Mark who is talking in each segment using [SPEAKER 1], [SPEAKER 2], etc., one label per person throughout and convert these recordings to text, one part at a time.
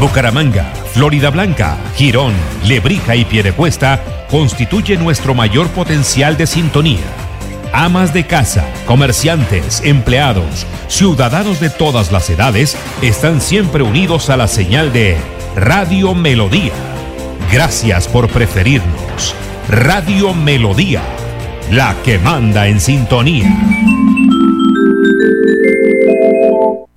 [SPEAKER 1] Bucaramanga, Florida Blanca, Girón, Lebrija y Piedecuesta constituye nuestro mayor potencial de sintonía. Amas de casa, comerciantes, empleados, ciudadanos de todas las edades están siempre unidos a la señal de Radio Melodía. Gracias por preferirnos. Radio Melodía, la que manda en sintonía.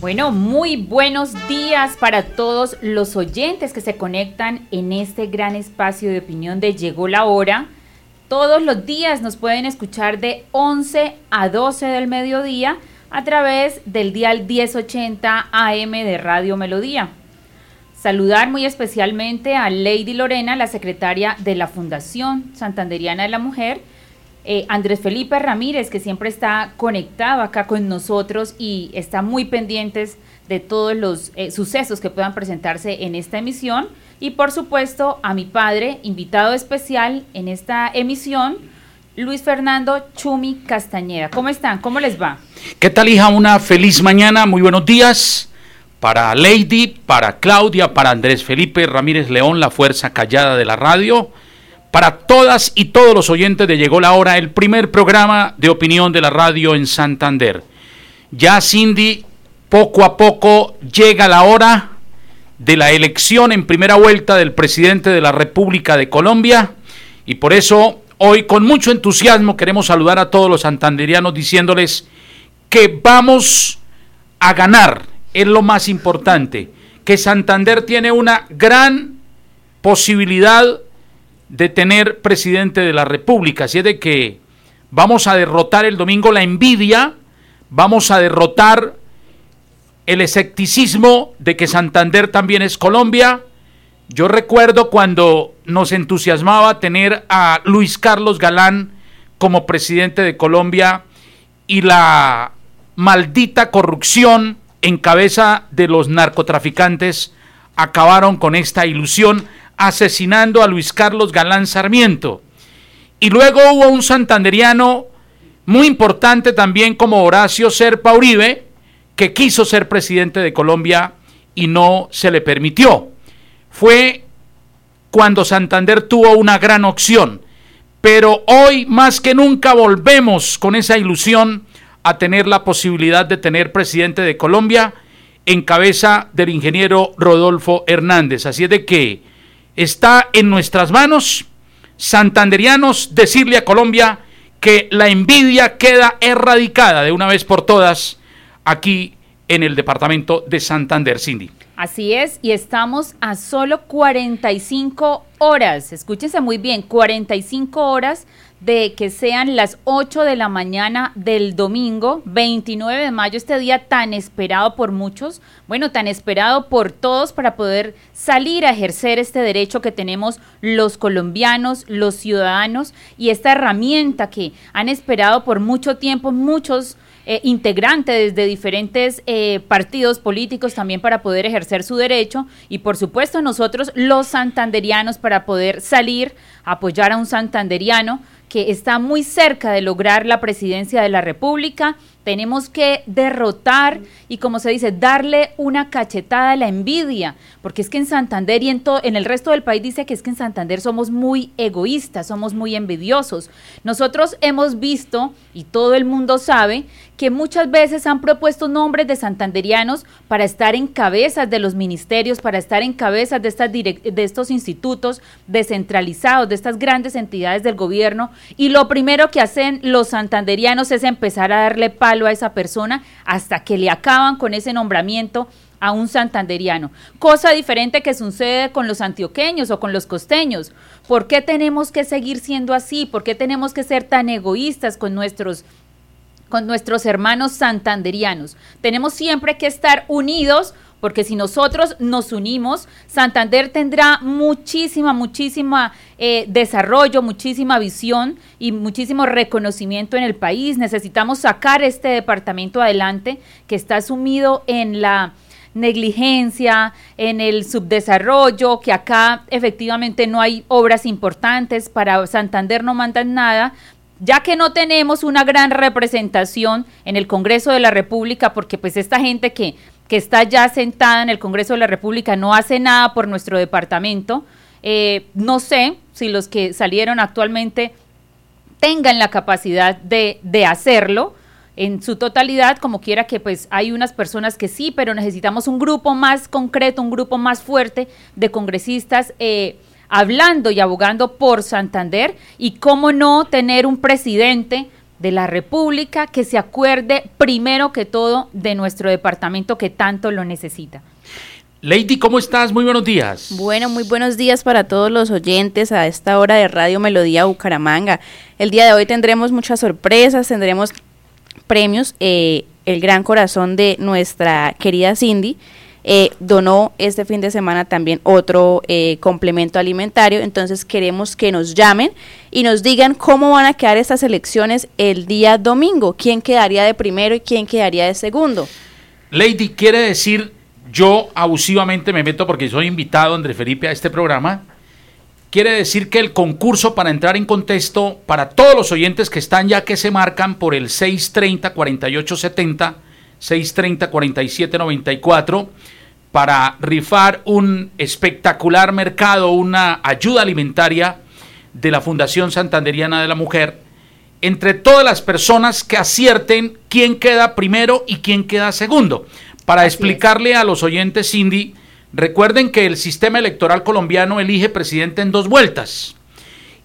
[SPEAKER 2] Bueno, muy buenos días para todos los oyentes que se conectan en este gran espacio de opinión de Llegó la hora. Todos los días nos pueden escuchar de 11 a 12 del mediodía a través del dial 1080 AM de Radio Melodía. Saludar muy especialmente a Lady Lorena, la secretaria de la Fundación Santanderiana de la Mujer, eh, Andrés Felipe Ramírez, que siempre está conectado acá con nosotros y está muy pendientes de todos los eh, sucesos que puedan presentarse en esta emisión. Y por supuesto a mi padre, invitado especial en esta emisión, Luis Fernando Chumi Castañeda. ¿Cómo están? ¿Cómo les va?
[SPEAKER 3] ¿Qué tal, hija? Una feliz mañana, muy buenos días. Para Lady, para Claudia, para Andrés Felipe Ramírez León, la fuerza callada de la radio para todas y todos los oyentes de Llegó la Hora, el primer programa de opinión de la radio en Santander. Ya Cindy, poco a poco llega la hora de la elección en primera vuelta del presidente de la República de Colombia y por eso hoy con mucho entusiasmo queremos saludar a todos los santanderianos diciéndoles que vamos a ganar, es lo más importante, que Santander tiene una gran posibilidad de tener presidente de la República. Así es de que vamos a derrotar el domingo la envidia, vamos a derrotar el escepticismo de que Santander también es Colombia. Yo recuerdo cuando nos entusiasmaba tener a Luis Carlos Galán como presidente de Colombia y la maldita corrupción en cabeza de los narcotraficantes acabaron con esta ilusión asesinando a Luis Carlos Galán Sarmiento. Y luego hubo un santanderiano muy importante también como Horacio Serpa Uribe, que quiso ser presidente de Colombia y no se le permitió. Fue cuando Santander tuvo una gran opción. Pero hoy más que nunca volvemos con esa ilusión a tener la posibilidad de tener presidente de Colombia en cabeza del ingeniero Rodolfo Hernández. Así es de que está en nuestras manos, santanderianos, decirle a Colombia que la envidia queda erradicada de una vez por todas aquí en el departamento de Santander, Cindy.
[SPEAKER 2] Así es, y estamos a solo 45 horas, escúchense muy bien, 45 horas de que sean las 8 de la mañana del domingo, 29 de mayo, este día tan esperado por muchos, bueno, tan esperado por todos para poder salir a ejercer este derecho que tenemos los colombianos, los ciudadanos y esta herramienta que han esperado por mucho tiempo muchos eh, integrantes de diferentes eh, partidos políticos también para poder ejercer su derecho y por supuesto nosotros los santanderianos para poder salir, apoyar a un santanderiano que está muy cerca de lograr la presidencia de la República. Tenemos que derrotar y, como se dice, darle una cachetada a la envidia, porque es que en Santander y en, to- en el resto del país dice que es que en Santander somos muy egoístas, somos muy envidiosos. Nosotros hemos visto, y todo el mundo sabe, que muchas veces han propuesto nombres de santanderianos para estar en cabezas de los ministerios, para estar en cabezas de, estas direc- de estos institutos descentralizados, de estas grandes entidades del gobierno, y lo primero que hacen los santanderianos es empezar a darle palo a esa persona hasta que le acaban con ese nombramiento a un santanderiano. Cosa diferente que sucede con los antioqueños o con los costeños. ¿Por qué tenemos que seguir siendo así? ¿Por qué tenemos que ser tan egoístas con nuestros con nuestros hermanos santanderianos. Tenemos siempre que estar unidos porque si nosotros nos unimos, Santander tendrá muchísima, muchísima eh, desarrollo, muchísima visión y muchísimo reconocimiento en el país. Necesitamos sacar este departamento adelante que está sumido en la negligencia, en el subdesarrollo, que acá efectivamente no hay obras importantes, para Santander no mandan nada, ya que no tenemos una gran representación en el Congreso de la República, porque pues esta gente que, que está ya sentada en el Congreso de la República no hace nada por nuestro departamento, eh, no sé si los que salieron actualmente tengan la capacidad de, de hacerlo en su totalidad, como quiera que pues hay unas personas que sí, pero necesitamos un grupo más concreto, un grupo más fuerte de congresistas eh, hablando y abogando por Santander y cómo no tener un presidente de la República que se acuerde primero que todo de nuestro departamento que tanto lo necesita.
[SPEAKER 3] Lady, ¿cómo estás? Muy buenos días.
[SPEAKER 4] Bueno, muy buenos días para todos los oyentes a esta hora de Radio Melodía Bucaramanga. El día de hoy tendremos muchas sorpresas, tendremos premios. eh, el gran corazón de nuestra querida Cindy eh, donó este fin de semana también otro eh, complemento alimentario. Entonces queremos que nos llamen y nos digan cómo van a quedar estas elecciones el día domingo. ¿Quién quedaría de primero y quién quedaría de segundo?
[SPEAKER 3] Lady, quiere decir, yo abusivamente me meto porque soy invitado, André Felipe, a este programa. Quiere decir que el concurso para entrar en contexto para todos los oyentes que están ya que se marcan por el 630-4870, 630-4794, para rifar un espectacular mercado, una ayuda alimentaria de la Fundación Santanderiana de la Mujer entre todas las personas que acierten quién queda primero y quién queda segundo. Para explicarle a los oyentes, Cindy, recuerden que el sistema electoral colombiano elige presidente en dos vueltas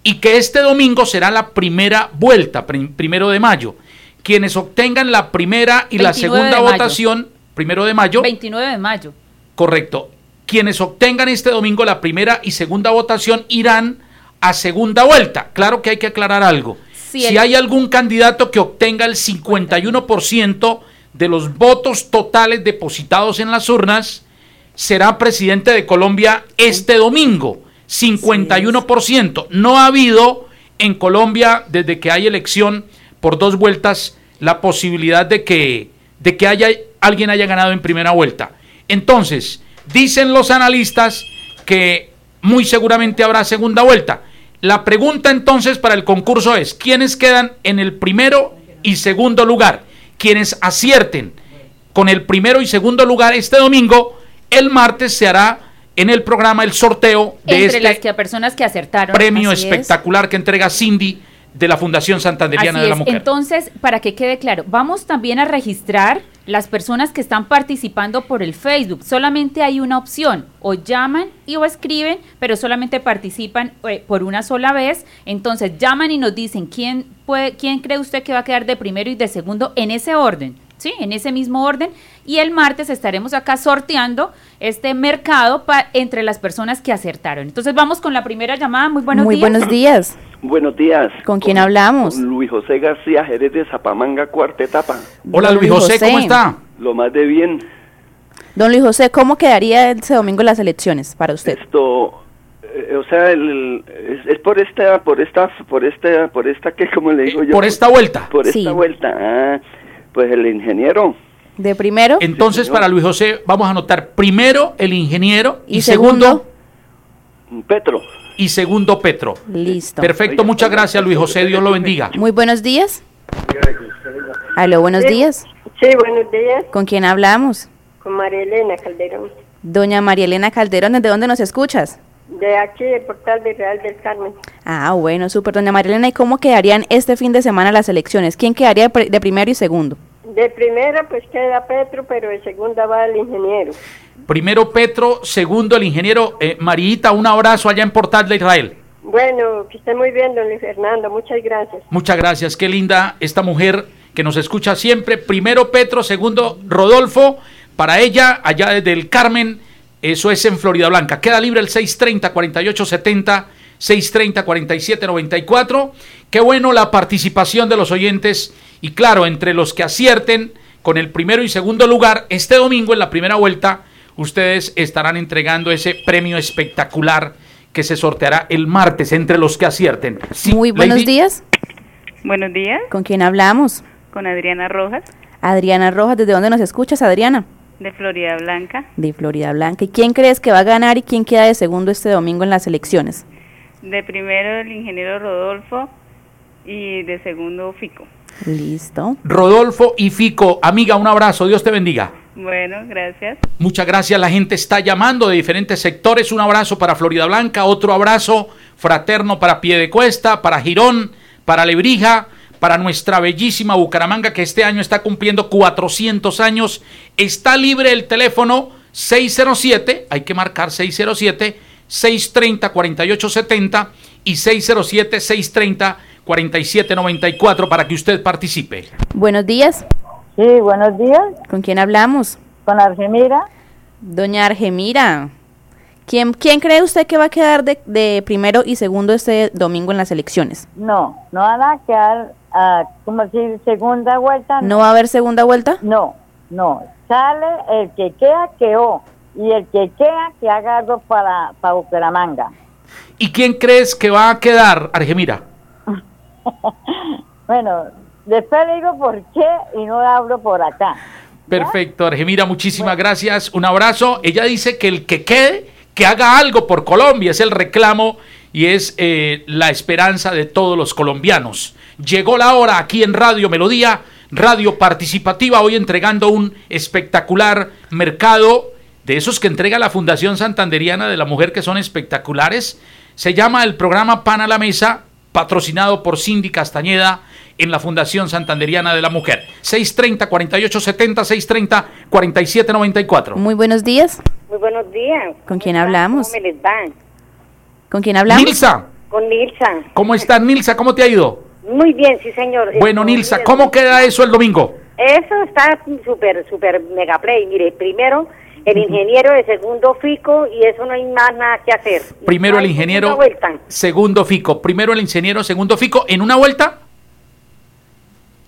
[SPEAKER 3] y que este domingo será la primera vuelta, prim- primero de mayo. Quienes obtengan la primera y
[SPEAKER 2] 29
[SPEAKER 3] la
[SPEAKER 2] de
[SPEAKER 3] segunda
[SPEAKER 2] mayo.
[SPEAKER 3] votación, primero de mayo,
[SPEAKER 2] 29 de mayo.
[SPEAKER 3] Correcto. Quienes obtengan este domingo la primera y segunda votación irán a segunda vuelta. Claro que hay que aclarar algo.
[SPEAKER 2] Sí,
[SPEAKER 3] si
[SPEAKER 2] el-
[SPEAKER 3] hay algún candidato que obtenga el 51% de los votos totales depositados en las urnas, será presidente de Colombia este domingo. 51%. No ha habido en Colombia, desde que hay elección por dos vueltas, la posibilidad de que, de que haya, alguien haya ganado en primera vuelta. Entonces, dicen los analistas que muy seguramente habrá segunda vuelta. La pregunta entonces para el concurso es, ¿quiénes quedan en el primero y segundo lugar? Quienes acierten con el primero y segundo lugar este domingo. El martes se hará en el programa el sorteo de
[SPEAKER 2] Entre las
[SPEAKER 3] este
[SPEAKER 2] que, personas que acertaron.
[SPEAKER 3] premio
[SPEAKER 2] Así es.
[SPEAKER 3] espectacular que entrega Cindy de la Fundación Santanderiana
[SPEAKER 2] Así
[SPEAKER 3] de la
[SPEAKER 2] es.
[SPEAKER 3] Mujer.
[SPEAKER 2] Entonces, para que quede claro, vamos también a registrar las personas que están participando por el Facebook. Solamente hay una opción, o llaman y o escriben, pero solamente participan eh, por una sola vez. Entonces, llaman y nos dicen quién puede, quién cree usted que va a quedar de primero y de segundo en ese orden. Sí, en ese mismo orden. Y el martes estaremos acá sorteando este mercado pa- entre las personas que acertaron. Entonces vamos con la primera llamada. Muy buenos
[SPEAKER 4] muy
[SPEAKER 2] días.
[SPEAKER 4] buenos días.
[SPEAKER 5] Buenos días.
[SPEAKER 4] ¿Con quién hablamos?
[SPEAKER 5] Con Luis José García, Jerez de Zapamanga, cuarta etapa.
[SPEAKER 3] Hola Luis José, ¿cómo está?
[SPEAKER 5] Lo más de bien,
[SPEAKER 4] Don Luis José, ¿cómo quedaría ese domingo las elecciones para usted?
[SPEAKER 5] esto, eh, o sea, el- es, es por esta, por esta, por esta, por esta que, como le digo
[SPEAKER 3] Eh,
[SPEAKER 5] yo,
[SPEAKER 3] por esta vuelta.
[SPEAKER 5] por esta
[SPEAKER 4] Sí.
[SPEAKER 5] vuelta. Ah, pues el ingeniero,
[SPEAKER 4] ¿De primero?
[SPEAKER 3] Entonces
[SPEAKER 5] señor.
[SPEAKER 3] para Luis José vamos a anotar primero el ingeniero y,
[SPEAKER 4] ¿Y segundo?
[SPEAKER 5] Petro.
[SPEAKER 3] y segundo Petro.
[SPEAKER 4] Listo.
[SPEAKER 3] Perfecto, muchas gracias Luis José, Dios lo bendiga.
[SPEAKER 4] Muy buenos días. Aló, buenos días.
[SPEAKER 6] Sí, buenos días,
[SPEAKER 4] ¿Con quién hablamos?
[SPEAKER 6] con María Elena Calderón.
[SPEAKER 4] Doña María Elena Calderón, ¿desde dónde nos escuchas?
[SPEAKER 6] De aquí, el portal de Real del Carmen.
[SPEAKER 4] Ah, bueno, súper. Doña María Elena, ¿y cómo quedarían este fin de semana las elecciones? ¿Quién quedaría de pri- de primero y segundo?
[SPEAKER 6] De primera, pues queda Petro, pero de segunda va el ingeniero.
[SPEAKER 3] Primero Petro, segundo el ingeniero eh, Marita, un abrazo allá en Portal de Israel.
[SPEAKER 6] Bueno, que esté muy bien, don Luis Fernando. Muchas gracias.
[SPEAKER 3] Muchas gracias, qué linda esta mujer que nos escucha siempre. Primero Petro, segundo Rodolfo, para ella, allá desde el Carmen, eso es en Florida Blanca. Queda libre el 630-4870, 630-4794. Qué bueno la participación de los oyentes y claro, entre los que acierten con el primero y segundo lugar, este domingo en la primera vuelta, ustedes estarán entregando ese premio espectacular que se sorteará el martes entre los que acierten. Sí,
[SPEAKER 4] Muy buenos
[SPEAKER 3] Lady.
[SPEAKER 4] días.
[SPEAKER 7] Buenos días,
[SPEAKER 4] ¿Con quién hablamos?
[SPEAKER 7] con Adriana Rojas,
[SPEAKER 4] Adriana Rojas, ¿desde dónde nos escuchas, Adriana?
[SPEAKER 7] de Florida Blanca.
[SPEAKER 4] De Florida Blanca. ¿Y quién crees que va a ganar y quién queda de segundo este domingo en las elecciones?
[SPEAKER 7] De primero, el ingeniero Rodolfo y de segundo, Fico.
[SPEAKER 4] Listo.
[SPEAKER 3] Rodolfo y Fico, amiga, un abrazo, Dios te bendiga.
[SPEAKER 7] Bueno, gracias.
[SPEAKER 3] Muchas gracias, la gente está llamando de diferentes sectores. Un abrazo para Florida Blanca, otro abrazo fraterno para Piedecuesta, para Girón, para Lebrija, para nuestra bellísima Bucaramanga que este año está cumpliendo 400 años. Está libre el teléfono 607, hay que marcar 607 630 4870 y 607 630 4794 para que usted participe.
[SPEAKER 4] Buenos días.
[SPEAKER 6] Sí, buenos días,
[SPEAKER 4] ¿Con quién hablamos?
[SPEAKER 6] con Argemira.
[SPEAKER 4] Doña Argemira. ¿Quién, quién cree usted que va a quedar de, de primero y segundo este domingo en las elecciones?
[SPEAKER 6] No, no van a quedar, ah, como si segunda vuelta.
[SPEAKER 4] ¿No va a haber segunda vuelta?
[SPEAKER 6] Ah, No, no. Sale el que queda, quedó. Y el que queda, que haga algo para, para Bucaramanga.
[SPEAKER 3] ¿Y quién crees que va a quedar, Argemira?
[SPEAKER 6] Bueno, después le digo por qué y no hablo por acá.
[SPEAKER 3] Perfecto, Argemira, muchísimas gracias. Un abrazo. Ella dice que el que quede, que haga algo por Colombia. Es el reclamo y es eh, la esperanza de todos los colombianos. Llegó la hora aquí en Radio Melodía, Radio Participativa, hoy entregando un espectacular mercado de esos que entrega la Fundación Santanderiana de la Mujer, que son espectaculares. Se llama el programa Pan a la Mesa, patrocinado por Cindy Castañeda en la Fundación Santanderiana de la Mujer. 630-4870, 630-4794.
[SPEAKER 4] Muy buenos días.
[SPEAKER 6] Muy buenos días.
[SPEAKER 4] ¿Con quién
[SPEAKER 6] ¿Cómo están?
[SPEAKER 4] hablamos?
[SPEAKER 6] ¿Cómo me les va?
[SPEAKER 4] ¿Con quién hablamos?
[SPEAKER 3] Nilsa,
[SPEAKER 6] Con Nilsa.
[SPEAKER 3] ¿cómo estás, Nilsa? ¿Cómo te ha ido?
[SPEAKER 6] Muy bien, sí, señor.
[SPEAKER 3] Bueno,
[SPEAKER 6] Eh,
[SPEAKER 3] Nilsa,
[SPEAKER 6] mire,
[SPEAKER 3] ¿cómo queda eso el domingo?
[SPEAKER 6] Eso está súper, súper mega play. Mire, primero el ingeniero, de segundo Fico, y eso no hay más nada que hacer.
[SPEAKER 3] Primero
[SPEAKER 6] No
[SPEAKER 3] el
[SPEAKER 6] hay segunda
[SPEAKER 3] ingeniero,
[SPEAKER 6] Vuelta.
[SPEAKER 3] segundo Fico. Primero el ingeniero, segundo Fico. En una vuelta,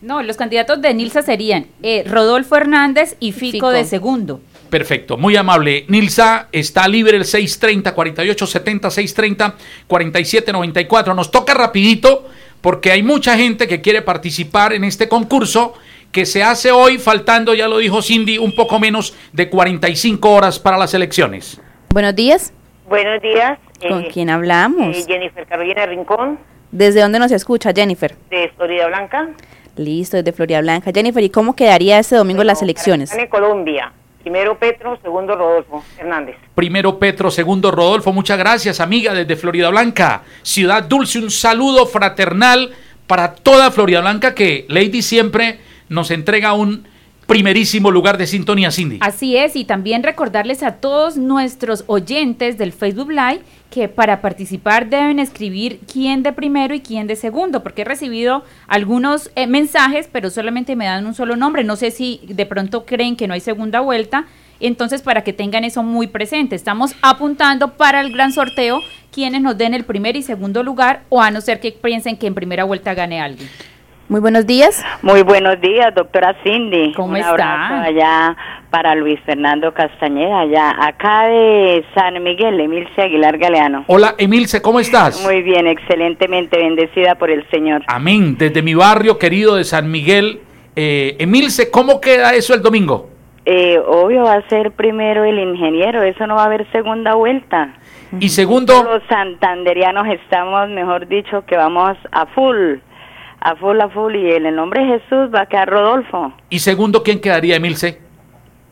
[SPEAKER 2] No, los candidatos de Nilsa serían eh, Rodolfo Hernández y Fico,
[SPEAKER 4] Fico.
[SPEAKER 2] de segundo.
[SPEAKER 3] Perfecto, muy amable. Nilsa está libre el 630 48 70 630 47 94. Nos toca rapidito porque hay mucha gente que quiere participar en este concurso que se hace hoy faltando, ya lo dijo Cindy, un poco menos de 45 horas para las elecciones.
[SPEAKER 4] Buenos días.
[SPEAKER 6] Buenos días. eh,
[SPEAKER 4] ¿Con quién hablamos?
[SPEAKER 5] Eh,
[SPEAKER 6] Jennifer Carolina Rincón,
[SPEAKER 4] ¿Desde dónde nos escucha, Jennifer?
[SPEAKER 6] de Florida Blanca.
[SPEAKER 4] Listo, desde Florida Blanca. Jennifer, ¿y cómo quedaría este domingo las elecciones?
[SPEAKER 6] En Colombia. Primero Petro, segundo Rodolfo Hernández.
[SPEAKER 3] Primero Petro, segundo Rodolfo, muchas gracias amiga desde Florida Blanca, Ciudad Dulce, un saludo fraternal para toda Florida Blanca que Lady siempre nos entrega un primerísimo lugar de sintonía, Cindy.
[SPEAKER 2] Así es, y también recordarles a todos nuestros oyentes del Facebook Live que para participar deben escribir quién de primero y quién de segundo, porque he recibido algunos eh, mensajes, pero solamente me dan un solo nombre. No sé si de pronto creen que no hay segunda vuelta. Entonces, para que tengan eso muy presente, estamos apuntando para el gran sorteo quienes nos den el primer y segundo lugar, o a no ser que piensen que en primera vuelta gane alguien.
[SPEAKER 4] Muy buenos días.
[SPEAKER 7] Muy buenos días, doctora Cindy.
[SPEAKER 2] ¿Cómo
[SPEAKER 7] Un
[SPEAKER 2] está?
[SPEAKER 7] abrazo allá para Luis Fernando Castañeda, allá acá de San Miguel, Emilce Aguilar Galeano.
[SPEAKER 3] Hola Emilce, ¿cómo estás?
[SPEAKER 7] Muy bien, excelentemente bendecida por el Señor.
[SPEAKER 3] Amén, desde mi barrio querido de San Miguel. Eh, Emilce, ¿cómo queda eso el domingo?
[SPEAKER 7] eh, obvio va a ser primero el ingeniero, eso no va a haber segunda vuelta.
[SPEAKER 3] Y segundo,
[SPEAKER 7] Los santanderianos estamos, mejor dicho, que vamos a full, a full, a full, y en el nombre de Jesús va a quedar Rodolfo,
[SPEAKER 3] y segundo ¿quién quedaría, Emilce?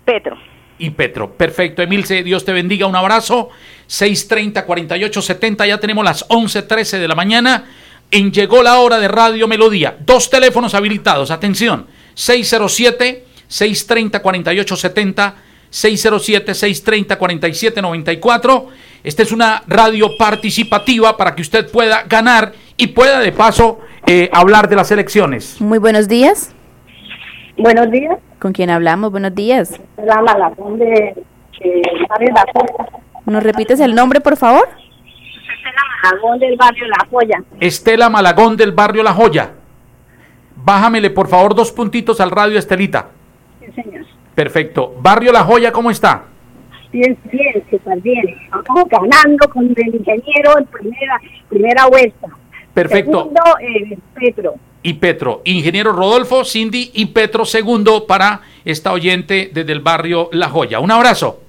[SPEAKER 7] Petro.
[SPEAKER 3] y Petro. Perfecto, Emilce, Dios te bendiga, un abrazo. 6:30, 48, 70, ya tenemos las 11:13 de la mañana. En llegó la hora de Radio Melodía. Dos teléfonos habilitados, atención. 607 630 48 70 607 630 47 94. Esta es una radio participativa para que usted pueda ganar y pueda de paso eh, hablar de las elecciones.
[SPEAKER 4] Muy buenos días.
[SPEAKER 6] Buenos días,
[SPEAKER 4] ¿Con quién hablamos? Buenos días.
[SPEAKER 6] la malazón de, de barrio La Polla.
[SPEAKER 4] ¿Nos repites el nombre, por favor?
[SPEAKER 6] La malazón del barrio La Polla.
[SPEAKER 3] Estela Malagón del barrio La Joya. Bájamele por favor dos puntitos al radio Estelita.
[SPEAKER 6] Sí, señor.
[SPEAKER 3] Perfecto. Barrio La Joya, ¿cómo está?
[SPEAKER 6] Bien, bien, súper bien. Vamos ganando con el ingeniero en primera, primera vuelta.
[SPEAKER 3] Perfecto.
[SPEAKER 6] Segundo, eh, Petro.
[SPEAKER 3] Y Petro, ingeniero Rodolfo, Cindy y Petro segundo para esta oyente desde el barrio La Joya. Un abrazo.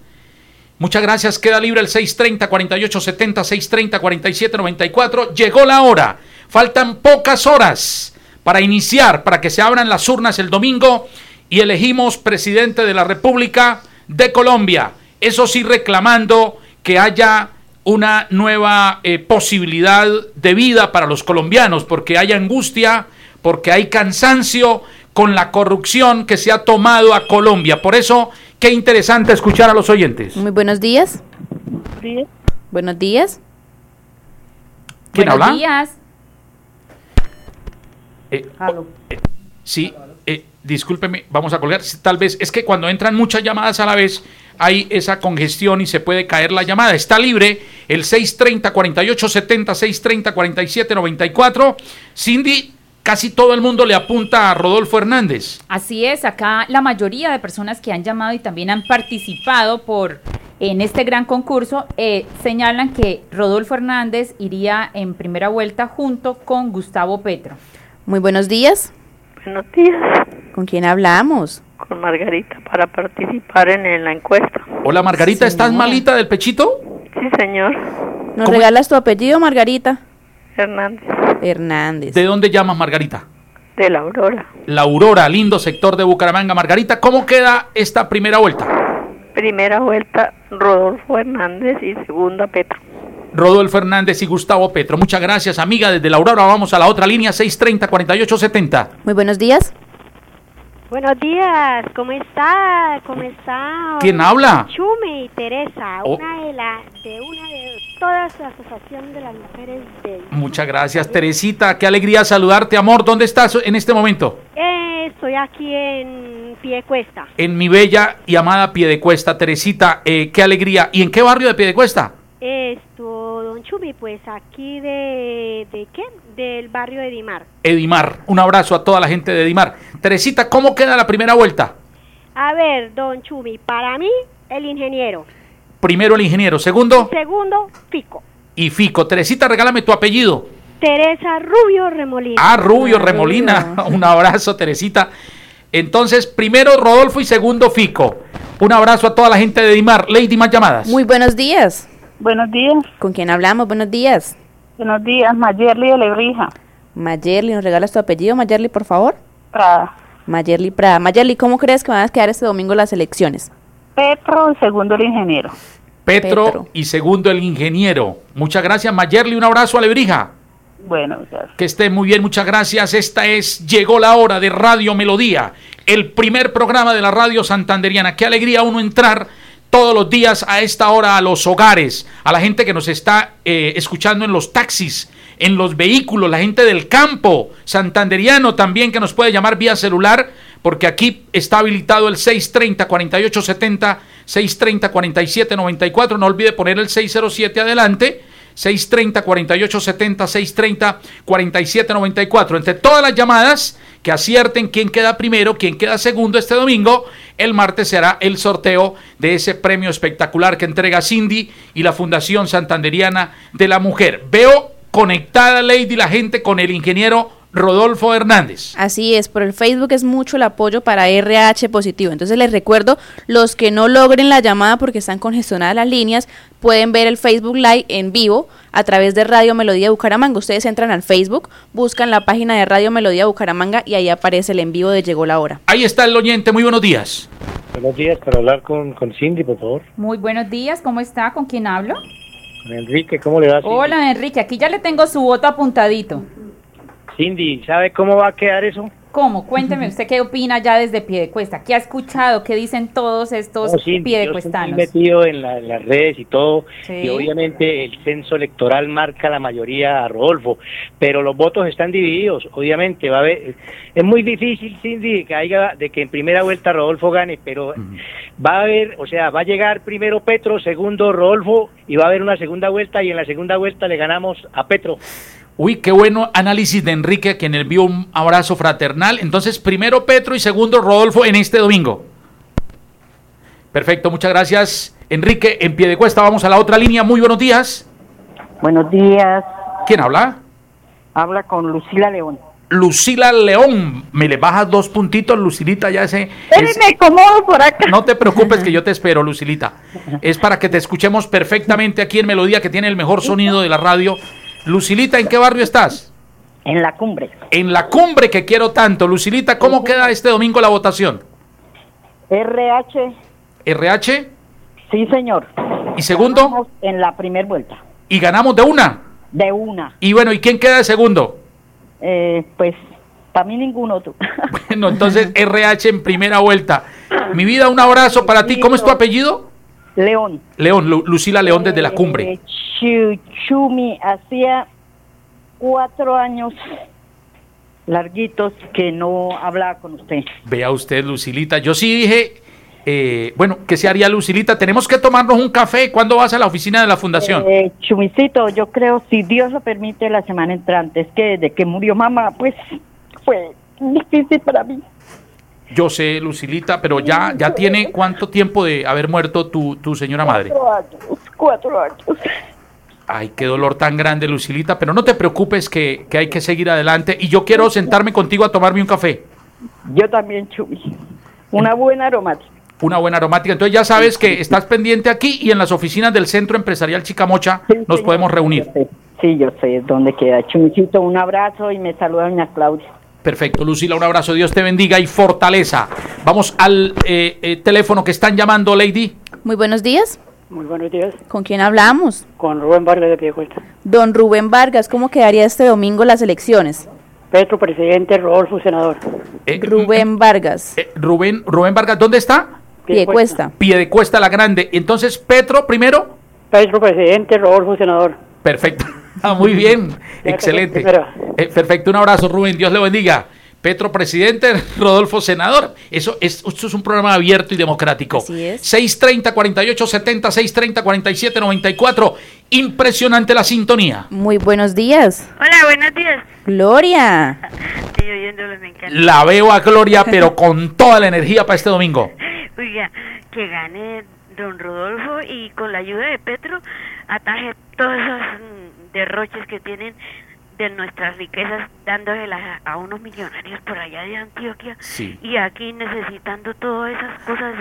[SPEAKER 3] Muchas gracias. Queda libre el 630 48 70 630 47 94. Llegó la hora. Faltan pocas horas para iniciar, para que se abran las urnas el domingo y elegimos presidente de la República de Colombia. Eso sí, reclamando que haya una nueva eh, posibilidad de vida para los colombianos, porque hay angustia, porque hay cansancio con la corrupción que se ha tomado a Colombia. Por eso, qué interesante escuchar a los oyentes.
[SPEAKER 4] Muy buenos días. Buenos días.
[SPEAKER 3] ¿Quién
[SPEAKER 2] Buenos
[SPEAKER 3] habla?
[SPEAKER 2] días.
[SPEAKER 3] Eh, eh, sí, eh, discúlpeme, vamos a colgar. Sí, Tal vez es que cuando entran muchas llamadas a la vez hay esa congestión y se puede caer la llamada. Está libre el 630 48 70 630 47 94. Cindy, casi todo el mundo le apunta a Rodolfo Hernández.
[SPEAKER 2] Así es, acá la mayoría de personas que han llamado y también han participado por en este gran concurso eh, señalan que Rodolfo Hernández iría en primera vuelta junto con Gustavo Petro.
[SPEAKER 4] Muy buenos días.
[SPEAKER 1] Buenos días,
[SPEAKER 4] ¿Con quién hablamos?
[SPEAKER 1] con Margarita para participar en, en la encuesta.
[SPEAKER 3] Hola Margarita, ¿estás
[SPEAKER 2] Señor.
[SPEAKER 3] malita del pechito?
[SPEAKER 1] Sí, señor
[SPEAKER 4] ¿Nos
[SPEAKER 3] ¿Cómo?
[SPEAKER 4] regalas tu apellido, Margarita?
[SPEAKER 1] Hernández,
[SPEAKER 4] Hernández.
[SPEAKER 3] ¿De dónde llamas Margarita?
[SPEAKER 1] de la Aurora.
[SPEAKER 3] La Aurora, lindo sector de Bucaramanga. Margarita, ¿cómo queda esta primera vuelta?
[SPEAKER 1] Primera vuelta, Rodolfo Hernández y segunda, Petro.
[SPEAKER 3] Rodolfo Hernández y Gustavo Petro. Muchas gracias, amiga. Desde la Aurora vamos a la otra línea, 630-4870.
[SPEAKER 4] Muy buenos días.
[SPEAKER 8] Buenos días, ¿cómo está? ¿Cómo está?
[SPEAKER 3] ¿Quién habla?
[SPEAKER 8] Chume y Teresa,
[SPEAKER 3] Oh.
[SPEAKER 8] una de la de una de todas la asociación de las mujeres de
[SPEAKER 3] Muchas gracias, Teresita. Qué alegría saludarte, amor. ¿Dónde estás en este momento?
[SPEAKER 8] Eh, estoy aquí en Piecuesta,
[SPEAKER 3] En mi bella y amada Piedecuesta. Teresita, eh, qué alegría. ¿Y en qué barrio de Piedecuesta?
[SPEAKER 8] Esto, don Chumi, pues aquí de de qué? Del barrio de Dimar.
[SPEAKER 3] Edimar. Un abrazo a toda la gente de Edimar. Teresita, ¿cómo queda la primera vuelta?
[SPEAKER 8] A ver, don Chumi, para mí el ingeniero,
[SPEAKER 3] Primero el ingeniero, segundo
[SPEAKER 8] segundo Fico,
[SPEAKER 3] y Fico. Teresita, regálame tu apellido.
[SPEAKER 8] Teresa Rubio Remolina.
[SPEAKER 3] Ah, Rubio
[SPEAKER 4] Ah,
[SPEAKER 3] Remolina. Un abrazo, Teresita. Entonces, primero Rodolfo y segundo Fico. Un abrazo a toda la gente de Dimar. Lady, más llamadas.
[SPEAKER 4] Muy buenos días.
[SPEAKER 1] Buenos días,
[SPEAKER 4] ¿Con quién hablamos? Buenos días.
[SPEAKER 1] buenos días, Mayerly de Lebrija.
[SPEAKER 4] Mayerly, ¿nos regalas tu apellido, Mayerly, por favor?
[SPEAKER 1] Prada.
[SPEAKER 4] Mayerly Prada. Mayerly, ¿cómo crees que van a quedar este domingo las elecciones?
[SPEAKER 1] Petro, segundo, el ingeniero.
[SPEAKER 3] Petro,
[SPEAKER 4] Petro.
[SPEAKER 3] y segundo el ingeniero. Muchas gracias, Mayerly. Un abrazo a Lebrija.
[SPEAKER 1] Bueno, gracias.
[SPEAKER 3] Que esté muy bien, muchas gracias. Esta es Llegó la hora de Radio Melodía, el primer programa de la radio santanderiana. Qué alegría uno entrar todos los días a esta hora a los hogares, a la gente que nos está eh, escuchando en los taxis, en los vehículos, la gente del campo santanderiano también que nos puede llamar vía celular, porque aquí está habilitado el 630-4870, 630-4794. No olvide poner el 607 adelante. 630 48 70 630 47 94. Entre todas las llamadas que acierten quién queda primero, quién queda segundo este domingo, el martes será el sorteo de ese premio espectacular que entrega Cindy y la Fundación Santanderiana de la Mujer. Veo conectada Lady la gente con el ingeniero Rodolfo Hernández.
[SPEAKER 4] Así es, por el Facebook es mucho el apoyo para RH positivo. Entonces les recuerdo, los que no logren la llamada porque están congestionadas las líneas, pueden ver el Facebook Live en vivo a través de Radio Melodía Bucaramanga. Ustedes entran al Facebook, buscan la página de Radio Melodía Bucaramanga y ahí aparece el en vivo de Llegó la Hora.
[SPEAKER 3] Ahí está el oyente, muy buenos días.
[SPEAKER 9] Buenos días, para hablar con, con Cindy, por favor.
[SPEAKER 2] Muy buenos días, ¿cómo está? ¿Con quién hablo?
[SPEAKER 9] Enrique, ¿cómo le va? Cindy?
[SPEAKER 2] Hola Enrique, aquí ya le tengo su voto apuntadito.
[SPEAKER 9] Cindy, ¿sabe cómo va a quedar eso?
[SPEAKER 2] ¿Cómo? Cuénteme usted qué opina ya desde Piedecuesta. ¿Qué ha escuchado? ¿Qué dicen todos estos
[SPEAKER 9] No, Cindy, yo estoy muy
[SPEAKER 2] piedecuestanos?
[SPEAKER 9] metido en, la- en las redes y todo,
[SPEAKER 2] Sí.
[SPEAKER 9] y obviamente el censo electoral marca la mayoría a Rodolfo, pero los votos están divididos, obviamente va a haber, es muy difícil Cindy de que, haya- de que en primera vuelta Rodolfo gane, pero va a haber, o sea, va a llegar primero Petro, segundo Rodolfo, y va a haber una segunda vuelta, y en la segunda vuelta le ganamos a Petro.
[SPEAKER 3] Uy, qué bueno análisis de Enrique, a quien envió un abrazo fraternal. Entonces, primero Petro y segundo Rodolfo en este domingo. Perfecto, muchas gracias. Enrique, en pie de cuesta, vamos a la otra línea. Muy buenos días.
[SPEAKER 10] Buenos días.
[SPEAKER 3] ¿Quién habla?
[SPEAKER 10] Habla con Lucila León.
[SPEAKER 3] Lucila León. Me le bajas dos puntitos, Lucilita, ya sé. es-
[SPEAKER 10] Me acomodo por acá.
[SPEAKER 3] No te preocupes que yo te espero, Lucilita. Es para que te escuchemos perfectamente aquí en Melodía, que tiene el mejor sonido de la radio. Lucilita, ¿en qué barrio estás?
[SPEAKER 10] En la cumbre.
[SPEAKER 3] En la cumbre que quiero tanto. Lucilita, ¿cómo queda este domingo la votación?
[SPEAKER 10] RH,
[SPEAKER 3] RH
[SPEAKER 10] sí señor.
[SPEAKER 3] y segundo,
[SPEAKER 10] Vamos en la primer vuelta.
[SPEAKER 3] y ganamos de una.
[SPEAKER 10] De una.
[SPEAKER 3] Y bueno, ¿y quién queda de segundo?
[SPEAKER 10] Eh, pues, para mí ningún otro.
[SPEAKER 3] Bueno, entonces RH en primera vuelta. Mi vida, un abrazo para ti. ¿Cómo es tu apellido?
[SPEAKER 10] León.
[SPEAKER 3] León, Lu- Lucila León desde la
[SPEAKER 10] Eh,
[SPEAKER 3] cumbre.
[SPEAKER 10] Chu- Chumi, hacía cuatro años larguitos que no hablaba con usted.
[SPEAKER 3] Vea usted, Lucilita. Yo sí dije, eh, bueno, ¿qué se haría, Lucilita? Tenemos que tomarnos un café. ¿Cuándo vas a la oficina de la fundación?
[SPEAKER 10] Eh, Chumicito, yo creo, si Dios lo permite, la semana entrante. Es que desde que murió mamá, pues, fue difícil para mí.
[SPEAKER 3] Yo sé, Lucilita, pero ya, ya tiene cuánto tiempo de haber muerto tu, tu señora madre.
[SPEAKER 10] Cuatro años, cuatro años.
[SPEAKER 3] Ay, qué dolor tan grande, Lucilita, pero no te preocupes que, que hay que seguir adelante. Y yo quiero sentarme contigo a tomarme un café,
[SPEAKER 10] Yo también, Chumi. Una buena aromática.
[SPEAKER 3] una buena aromática. Entonces ya sabes que estás pendiente aquí y en las oficinas del Centro Empresarial Chicamocha nos podemos reunir.
[SPEAKER 10] Sí, yo sé dónde queda. Chumicito, un abrazo y me saluda doña Claudia.
[SPEAKER 3] Perfecto, Lucila, un abrazo, Dios te bendiga y fortaleza. Vamos al eh, eh, teléfono que están llamando, Lady.
[SPEAKER 4] Muy buenos días.
[SPEAKER 11] Muy buenos días.
[SPEAKER 4] ¿Con quién hablamos?
[SPEAKER 11] Con Rubén Vargas de Piedecuesta.
[SPEAKER 4] Don Rubén Vargas, ¿cómo quedaría este domingo las elecciones?
[SPEAKER 11] Petro, presidente, Rodolfo, senador.
[SPEAKER 4] Rubén Vargas,
[SPEAKER 3] Eh, Rubén, Rubén Vargas, ¿dónde está?
[SPEAKER 4] Piedecuesta.
[SPEAKER 3] Piedecuesta la Grande. Entonces, Petro primero.
[SPEAKER 11] Petro, presidente, Rodolfo, senador.
[SPEAKER 3] Perfecto. Ah, muy bien. Excelente. Eh, perfecto. Un abrazo, Rubén. Dios le bendiga. Petro, presidente. Rodolfo, senador. Eso es, esto es un programa abierto y democrático.
[SPEAKER 12] Así es.
[SPEAKER 3] 630 48 70 630 47 94. Impresionante la sintonía.
[SPEAKER 4] Muy buenos días.
[SPEAKER 13] Hola, buenos días.
[SPEAKER 4] Gloria.
[SPEAKER 13] Estoy oyéndolos, me encanta.
[SPEAKER 3] La veo a Gloria, pero con toda la energía para este domingo.
[SPEAKER 13] Oiga, que gane don Rodolfo y con la ayuda de Petro ataje todos esos mm, derroches que tienen de nuestras riquezas dándoselas a- a unos millonarios por allá de Antioquia
[SPEAKER 3] Sí.
[SPEAKER 13] y aquí necesitando todas esas cosas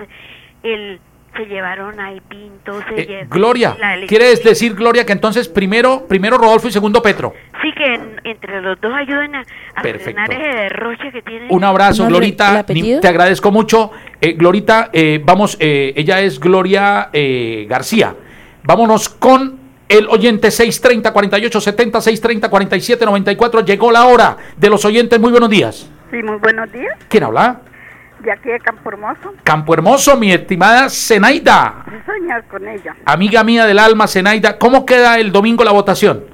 [SPEAKER 13] el se llevaron a Pinto se
[SPEAKER 3] Eh,
[SPEAKER 13] llevaron
[SPEAKER 3] Gloria,
[SPEAKER 13] la
[SPEAKER 3] ¿quieres decir, Gloria, que entonces primero, primero Rodolfo y segundo Petro?
[SPEAKER 13] sí que en- entre los dos ayuden a, a
[SPEAKER 3] Perfecto.
[SPEAKER 13] frenar ese derroche que tienen
[SPEAKER 3] Un abrazo, Glorita. ni- Te agradezco mucho. Eh, Glorita, eh, vamos, eh, ella es Gloria eh, García. Vámonos con el oyente 630 48 70 630 47 94. Llegó la hora de los oyentes. Muy buenos días.
[SPEAKER 14] Sí, muy buenos días.
[SPEAKER 3] ¿Quién habla?
[SPEAKER 14] De aquí de Campo Hermoso.
[SPEAKER 3] Campo Hermoso, mi estimada Zenaida.
[SPEAKER 14] Sí, soñar con ella.
[SPEAKER 3] Amiga mía del alma, Zenaida. ¿Cómo queda el domingo la votación?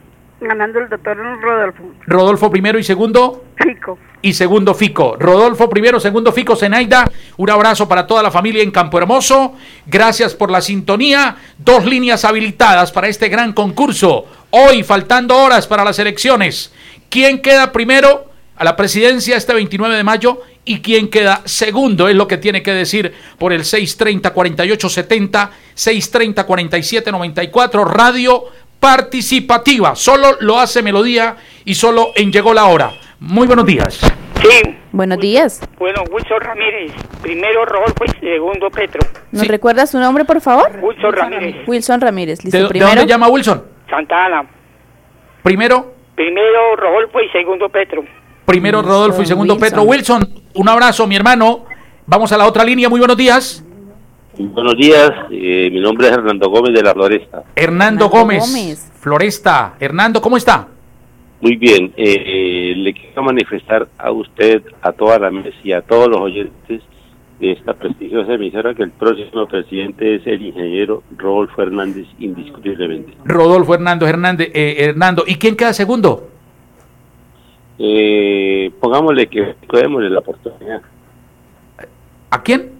[SPEAKER 14] Ganando el doctor Rodolfo.
[SPEAKER 3] Rodolfo primero y segundo.
[SPEAKER 14] Fico.
[SPEAKER 3] Y segundo Fico. Rodolfo primero, segundo Fico, Zenaida. Un abrazo para toda la familia en Campo Hermoso. Gracias por la sintonía. Dos líneas habilitadas para este gran concurso. Hoy, faltando horas para las elecciones. ¿Quién queda primero a la presidencia este 29 de mayo? ¿Y quién queda segundo? Es lo que tiene que decir por el 630-4870, 630-4794, radio participativa. Solo lo hace Melodía y solo en Llegó la Hora. Muy buenos días.
[SPEAKER 12] Sí,
[SPEAKER 4] Buenos días.
[SPEAKER 12] bueno, Wilson Ramírez, primero Rodolfo y segundo Petro.
[SPEAKER 4] ¿Nos recuerda su nombre, por favor?
[SPEAKER 12] Wilson Ramírez,
[SPEAKER 4] Wilson Ramírez.
[SPEAKER 3] ¿De,
[SPEAKER 4] Listo,
[SPEAKER 3] de
[SPEAKER 4] primero.
[SPEAKER 3] dónde llama Wilson?
[SPEAKER 12] Santa Ana,
[SPEAKER 3] Primero,
[SPEAKER 12] primero Rodolfo y segundo Petro.
[SPEAKER 3] primero Rodolfo y segundo
[SPEAKER 12] Wilson.
[SPEAKER 3] Petro. Wilson, un abrazo, mi hermano. Vamos a la otra línea. Muy buenos días.
[SPEAKER 15] Buenos días, eh, mi nombre es Hernando Gómez de la Floresta.
[SPEAKER 3] Hernando, Gómez, Floresta. Hernando, ¿cómo está?
[SPEAKER 15] Muy bien, eh, eh, le quiero manifestar a usted, a toda la mesa y a todos los oyentes de esta prestigiosa emisora que el próximo presidente es el ingeniero Rodolfo Hernández, indiscutiblemente.
[SPEAKER 3] Rodolfo Hernando Hernández, eh, Hernando. ¿Y quién queda segundo?
[SPEAKER 15] Eh, pongámosle que démosle la oportunidad.
[SPEAKER 3] ¿A quién?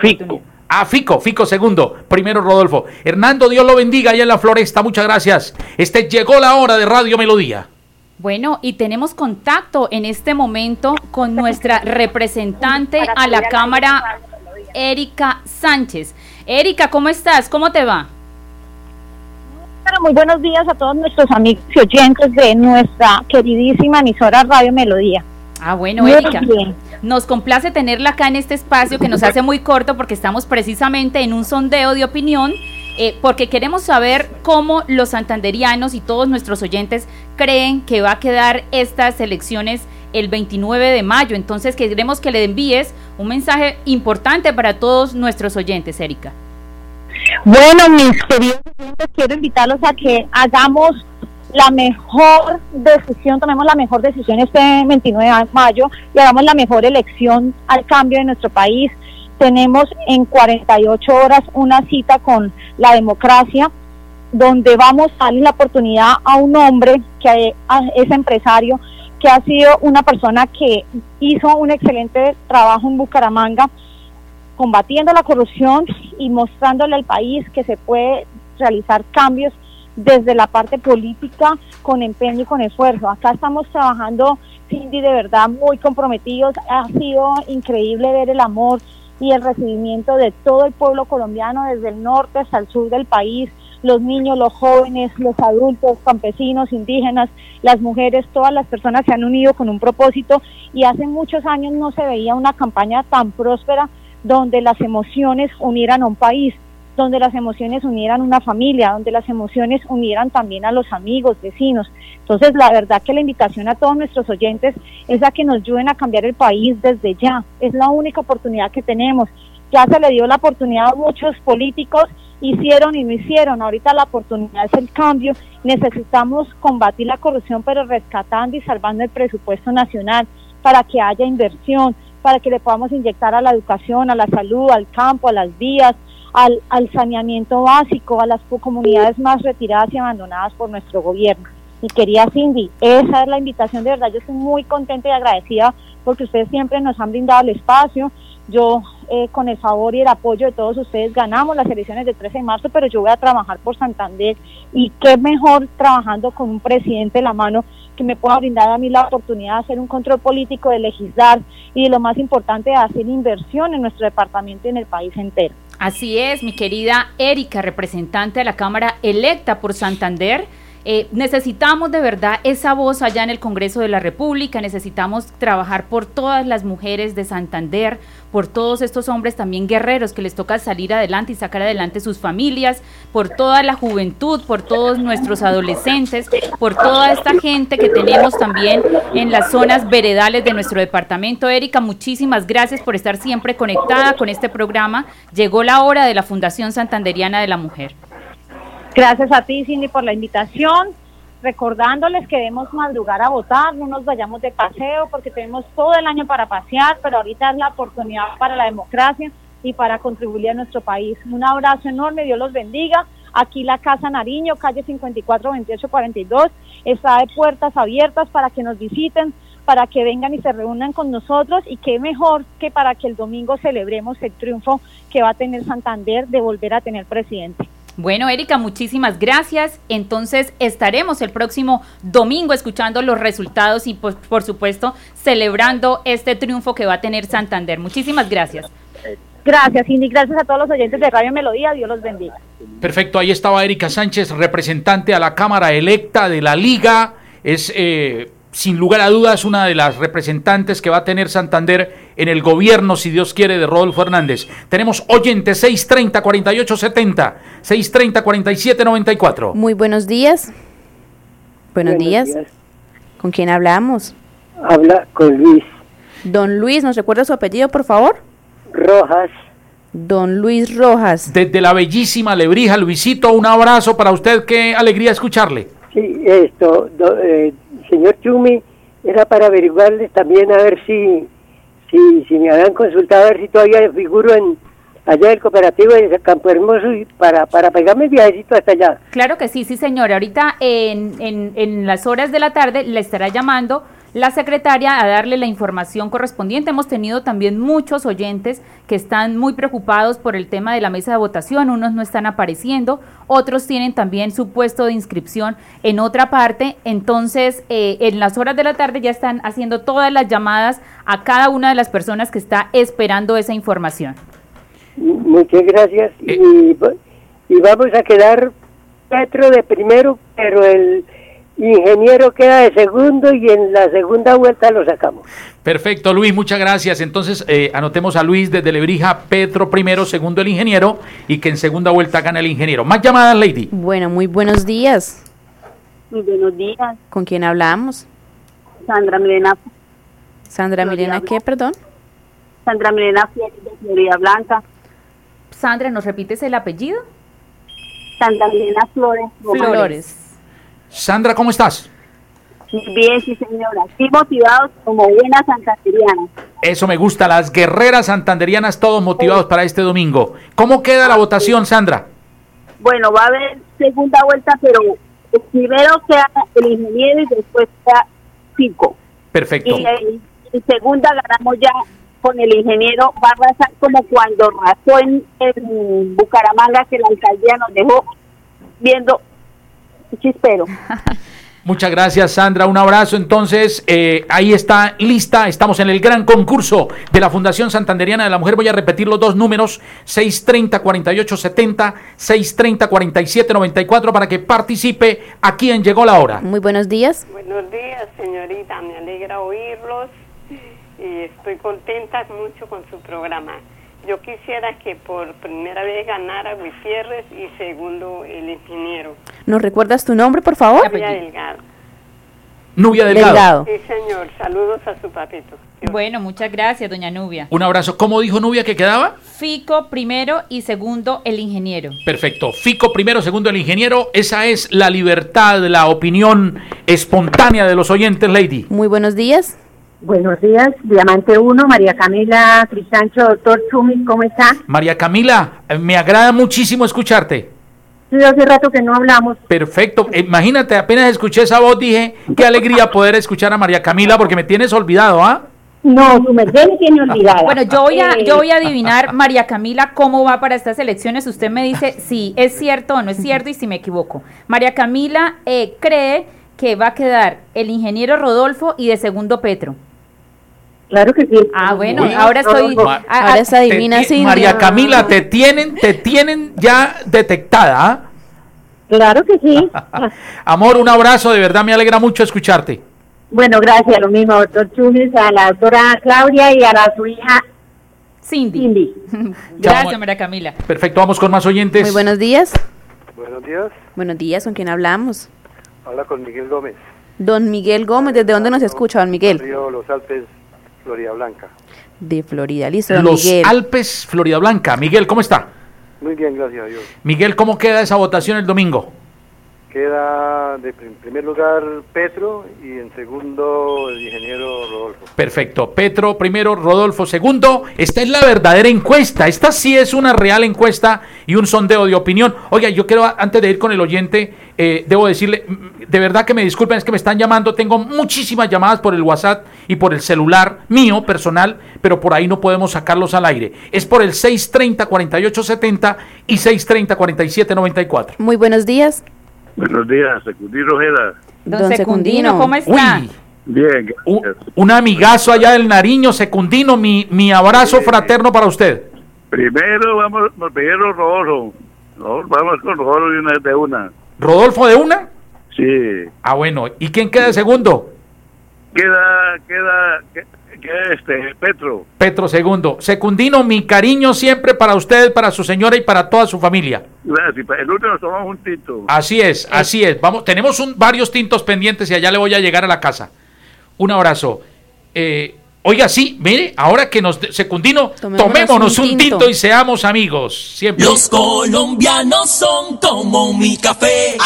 [SPEAKER 3] Fico. Ah, Fico, Fico segundo. Primero Rodolfo. Hernando, Dios lo bendiga allá en la Floresta. Muchas gracias. Este llegó la hora de Radio Melodía.
[SPEAKER 2] Bueno, y tenemos contacto en este momento con nuestra representante a la Cámara, Erika Sánchez. Erika, ¿cómo estás? ¿Cómo te va?
[SPEAKER 16] Bueno, muy buenos días a todos nuestros amigos y oyentes de nuestra queridísima emisora Radio Melodía.
[SPEAKER 2] Ah, bueno,
[SPEAKER 16] Muy
[SPEAKER 2] Erika.
[SPEAKER 16] bien.
[SPEAKER 2] Nos complace tenerla acá en este espacio que nos hace muy corto porque estamos precisamente en un sondeo de opinión, eh, porque queremos saber cómo los santanderianos y todos nuestros oyentes creen que va a quedar estas elecciones el 29 de mayo. Entonces queremos que le envíes un mensaje importante para todos nuestros oyentes, Erika.
[SPEAKER 16] Bueno, mis queridos oyentes, quiero invitarlos a que hagamos la mejor decisión, tomemos la mejor decisión este 29 de mayo y hagamos la mejor elección al cambio de nuestro país. Tenemos en 48 horas una cita con la democracia donde vamos a darle la oportunidad a un hombre que a- es empresario, que ha sido una persona que hizo un excelente trabajo en Bucaramanga, combatiendo la corrupción y mostrándole al país que se puede realizar cambios desde la parte política con empeño y con esfuerzo. Acá estamos trabajando, Cindy, de verdad muy comprometidos. Ha sido increíble ver el amor y el recibimiento de todo el pueblo colombiano, desde el norte hasta el sur del país, los niños, los jóvenes, los adultos, campesinos, indígenas, las mujeres, todas las personas se han unido con un propósito y hace muchos años no se veía una campaña tan próspera donde las emociones unieran a un país, donde las emociones unieran una familia, donde las emociones unieran también a los amigos, vecinos. Entonces, la verdad que la invitación a todos nuestros oyentes es a que nos ayuden a cambiar el país desde ya. Es la única oportunidad que tenemos. Ya se le dio la oportunidad a muchos políticos, hicieron y no hicieron. Ahorita la oportunidad es el cambio. Necesitamos combatir la corrupción, pero rescatando y salvando el presupuesto nacional para que haya inversión, para que le podamos inyectar a la educación, a la salud, al campo, a las vías, al, al saneamiento básico, a las po- comunidades más retiradas y abandonadas por nuestro gobierno. Y quería Cindy, esa es la invitación de verdad. Yo estoy muy contenta y agradecida porque ustedes siempre nos han brindado el espacio. Yo, eh, con el favor y el apoyo de todos ustedes, ganamos las elecciones del 13 de marzo, pero yo voy a trabajar por Santander. Y qué mejor trabajando con un presidente de la mano que me pueda brindar a mí la oportunidad de hacer un control político, de legislar y, de lo más importante, de hacer inversión en nuestro departamento y en el país entero.
[SPEAKER 2] Así es, mi querida Erika, representante de la Cámara electa por Santander. Eh, necesitamos de verdad esa voz allá en el Congreso de la República, necesitamos trabajar por todas las mujeres de Santander, por todos estos hombres también guerreros que les toca salir adelante y sacar adelante sus familias, por toda la juventud, por todos nuestros adolescentes, por toda esta gente que tenemos también en las zonas veredales de nuestro departamento. Erika, muchísimas gracias por estar siempre conectada con este programa. Llegó la hora de la Fundación Santanderiana de la Mujer.
[SPEAKER 16] Gracias a ti, Cindy, por la invitación. Recordándoles que debemos madrugar a votar, no nos vayamos de paseo porque tenemos todo el año para pasear, pero ahorita es la oportunidad para la democracia y para contribuir a nuestro país. Un abrazo enorme, Dios los bendiga. Aquí la Casa Nariño, calle 54-2842, está de puertas abiertas para que nos visiten, para que vengan y se reúnan con nosotros y qué mejor que para que el domingo celebremos el triunfo que va a tener Santander de volver a tener presidente.
[SPEAKER 2] Bueno, Erika, muchísimas gracias. Entonces estaremos el próximo domingo escuchando los resultados y, pues, por, por supuesto, celebrando este triunfo que va a tener Santander. Muchísimas gracias.
[SPEAKER 16] Gracias, Cindy. Gracias a todos los oyentes de Radio Melodía. Dios los bendiga.
[SPEAKER 3] Perfecto, ahí estaba Erika Sánchez, representante a la Cámara Electa de la Liga. Es eh, sin lugar a dudas, una de las representantes que va a tener Santander en el gobierno, si Dios quiere, de Rodolfo Hernández. Tenemos oyente 630 4870, 630 4794.
[SPEAKER 4] Muy buenos días. Buenos, días. ¿Con quién hablamos?
[SPEAKER 17] Habla con Luis
[SPEAKER 4] Don Luis, ¿nos recuerda su apellido, por favor?
[SPEAKER 17] Rojas.
[SPEAKER 4] Don Luis Rojas.
[SPEAKER 3] Desde la bellísima Lebrija, Luisito, un abrazo para usted, qué alegría escucharle.
[SPEAKER 17] Sí, esto, do- eh, señor Chumi, era para averiguarles también a ver si, si, si me habían consultado, a ver si todavía figuro en allá del cooperativo de Campo Hermoso y para, para pegarme el viajecito hasta allá.
[SPEAKER 2] Claro que sí, sí, señora. Ahorita en, en- en las horas de la tarde le estará llamando la secretaria a darle la información correspondiente. Hemos tenido también muchos oyentes que están muy preocupados por el tema de la mesa de votación. Unos no están apareciendo, otros tienen también su puesto de inscripción en otra parte. Entonces, eh, en las horas de la tarde ya están haciendo todas las llamadas a cada una de las personas que está esperando esa información.
[SPEAKER 17] Muchas gracias.
[SPEAKER 3] Eh.
[SPEAKER 17] Y, va- y vamos a quedar Petro de primero, pero el ingeniero queda de segundo y en la segunda vuelta lo sacamos.
[SPEAKER 3] Perfecto, Luis, muchas gracias. Entonces, eh, anotemos a Luis desde Lebrija, Petro primero, segundo el ingeniero, y que en segunda vuelta gana el ingeniero. Más llamadas, Lady.
[SPEAKER 4] Bueno, muy buenos días.
[SPEAKER 18] Muy buenos días,
[SPEAKER 4] ¿Con quién hablamos?
[SPEAKER 18] Sandra Milena,
[SPEAKER 4] Sandra Milena, ¿qué, perdón?
[SPEAKER 18] Sandra Milena Flores de Florida Blanca,
[SPEAKER 2] Sandra, ¿nos repites el apellido?
[SPEAKER 18] Sandra Milena Flores. Román.
[SPEAKER 3] Sandra, ¿cómo estás?
[SPEAKER 18] Bien, sí señora, sí motivados como buena santanderiana.
[SPEAKER 3] Eso me gusta, las guerreras santanderianas, todos motivados para este domingo. ¿Cómo queda la votación, Sandra?
[SPEAKER 18] Bueno, va a haber segunda vuelta, pero primero queda el ingeniero y después queda Pico.
[SPEAKER 3] Perfecto.
[SPEAKER 18] Y en, en segunda ganamos ya con el ingeniero, va a arrasar como cuando arrasó en, en Bucaramanga, que la alcaldía nos dejó viendo chispero.
[SPEAKER 3] Muchas gracias, Sandra. Un abrazo. Entonces, eh, ahí está lista. Estamos en el gran concurso de la Fundación Santanderiana de la Mujer. Voy a repetir los dos números: 630-4870, 630-4794, para que participe aquí en Llegó la Hora.
[SPEAKER 4] Muy buenos días.
[SPEAKER 19] Buenos días, señorita. Me alegra oírlos y estoy contenta mucho con su programa. Yo quisiera que por primera vez ganara Gutiérrez y segundo el ingeniero.
[SPEAKER 4] ¿Nos recuerdas tu nombre, por favor?
[SPEAKER 19] Nubia Delgado.
[SPEAKER 3] Nubia Delgado.
[SPEAKER 19] Sí, señor. Saludos a su papito.
[SPEAKER 2] Bueno, muchas gracias, doña Nubia.
[SPEAKER 3] Un abrazo. ¿Cómo dijo Nubia que quedaba?
[SPEAKER 2] Fico primero y segundo el ingeniero.
[SPEAKER 3] Perfecto. Fico primero, segundo el ingeniero. Esa es la libertad, la opinión espontánea de los oyentes, Lady.
[SPEAKER 4] Muy buenos días.
[SPEAKER 20] Buenos días, Diamante 1, María Camila Crisancho, doctor Chumi, ¿cómo está?
[SPEAKER 3] María Camila, eh, me agrada muchísimo escucharte.
[SPEAKER 20] Sí, hace rato que no hablamos.
[SPEAKER 3] Perfecto. Eh, Imagínate, apenas escuché esa voz, dije, qué alegría poder escuchar a María Camila porque me tienes olvidado, ¿ah?
[SPEAKER 20] No, su merced me tiene olvidada.
[SPEAKER 2] Bueno, yo voy a, yo voy a
[SPEAKER 3] Eh.
[SPEAKER 2] adivinar, María Camila, cómo va para estas elecciones. Usted me dice si es cierto o no es cierto y si me equivoco. María Camila eh, cree que va a quedar el ingeniero Rodolfo y de segundo Petro.
[SPEAKER 20] Claro que sí.
[SPEAKER 2] Ah, bueno, ahora estoy...
[SPEAKER 3] Ma-
[SPEAKER 2] ah, ah,
[SPEAKER 3] te ti- María Camila, te tienen, te tienen ya detectada, ¿ah?
[SPEAKER 20] Eh, Claro que sí.
[SPEAKER 3] Amor, un abrazo, de verdad me alegra mucho escucharte.
[SPEAKER 20] Bueno, gracias, lo mismo, doctor Chumi, a la doctora Claudia y a la, su hija
[SPEAKER 2] Cindy.
[SPEAKER 3] Chao,
[SPEAKER 4] Gracias, María
[SPEAKER 2] Camila.
[SPEAKER 3] Perfecto, vamos con más oyentes.
[SPEAKER 4] Muy buenos días.
[SPEAKER 21] Buenos días,
[SPEAKER 4] Buenos días, ¿con quién hablamos?
[SPEAKER 21] habla con Miguel Gómez,
[SPEAKER 4] Don Miguel Gómez, ¿desde dónde nos escucha, don Miguel?
[SPEAKER 21] Río Los Alpes, Florida Blanca.
[SPEAKER 4] De Florida, listo, don
[SPEAKER 3] Los
[SPEAKER 4] Miguel.
[SPEAKER 3] Alpes, Florida Blanca. Miguel, ¿cómo está?
[SPEAKER 21] Muy bien, gracias a Dios.
[SPEAKER 3] Miguel, ¿cómo queda esa votación el domingo?
[SPEAKER 21] Queda de pr- en primer lugar Petro y en segundo el ingeniero Rodolfo.
[SPEAKER 3] Perfecto. Petro primero, Rodolfo segundo. Esta es la verdadera encuesta. Esta sí es una real encuesta y un sondeo de opinión. Oiga, yo quiero, a- antes de ir con el oyente, eh, debo decirle, mm, de verdad que me disculpen, es que me están llamando. Tengo muchísimas llamadas por el WhatsApp y por el celular mío personal, pero por ahí no podemos sacarlos al aire. Es por el 630-4870 y 630-4794.
[SPEAKER 4] Muy buenos días,
[SPEAKER 22] Buenos días, Secundino Ojeda.
[SPEAKER 4] don, Secundino.
[SPEAKER 2] ¿cómo está?
[SPEAKER 22] Bien,
[SPEAKER 3] gracias. Un amigazo allá del Nariño, Secundino, mi, mi abrazo fraterno para usted.
[SPEAKER 22] Primero vamos, primero Rodolfo. Rodolfo, Vamos con Rodolfo de una de una.
[SPEAKER 3] ¿Rodolfo de una?
[SPEAKER 22] Sí.
[SPEAKER 3] Ah, bueno. ¿Y quién queda de segundo?
[SPEAKER 22] queda, queda, que- queda este, Petro.
[SPEAKER 3] Petro II. Secundino, mi cariño siempre para usted, para su señora y para toda su familia.
[SPEAKER 22] Gracias. El lunes nos tomamos un tito.
[SPEAKER 3] Así es, así es. Vamos, tenemos un- varios tintos pendientes y allá le voy a llegar a la casa. Un abrazo. Eh, oiga, sí, mire, ahora que nos... Secundino, tomémonos, un, tinto. y seamos amigos. Siempre.
[SPEAKER 23] Los colombianos son como mi café.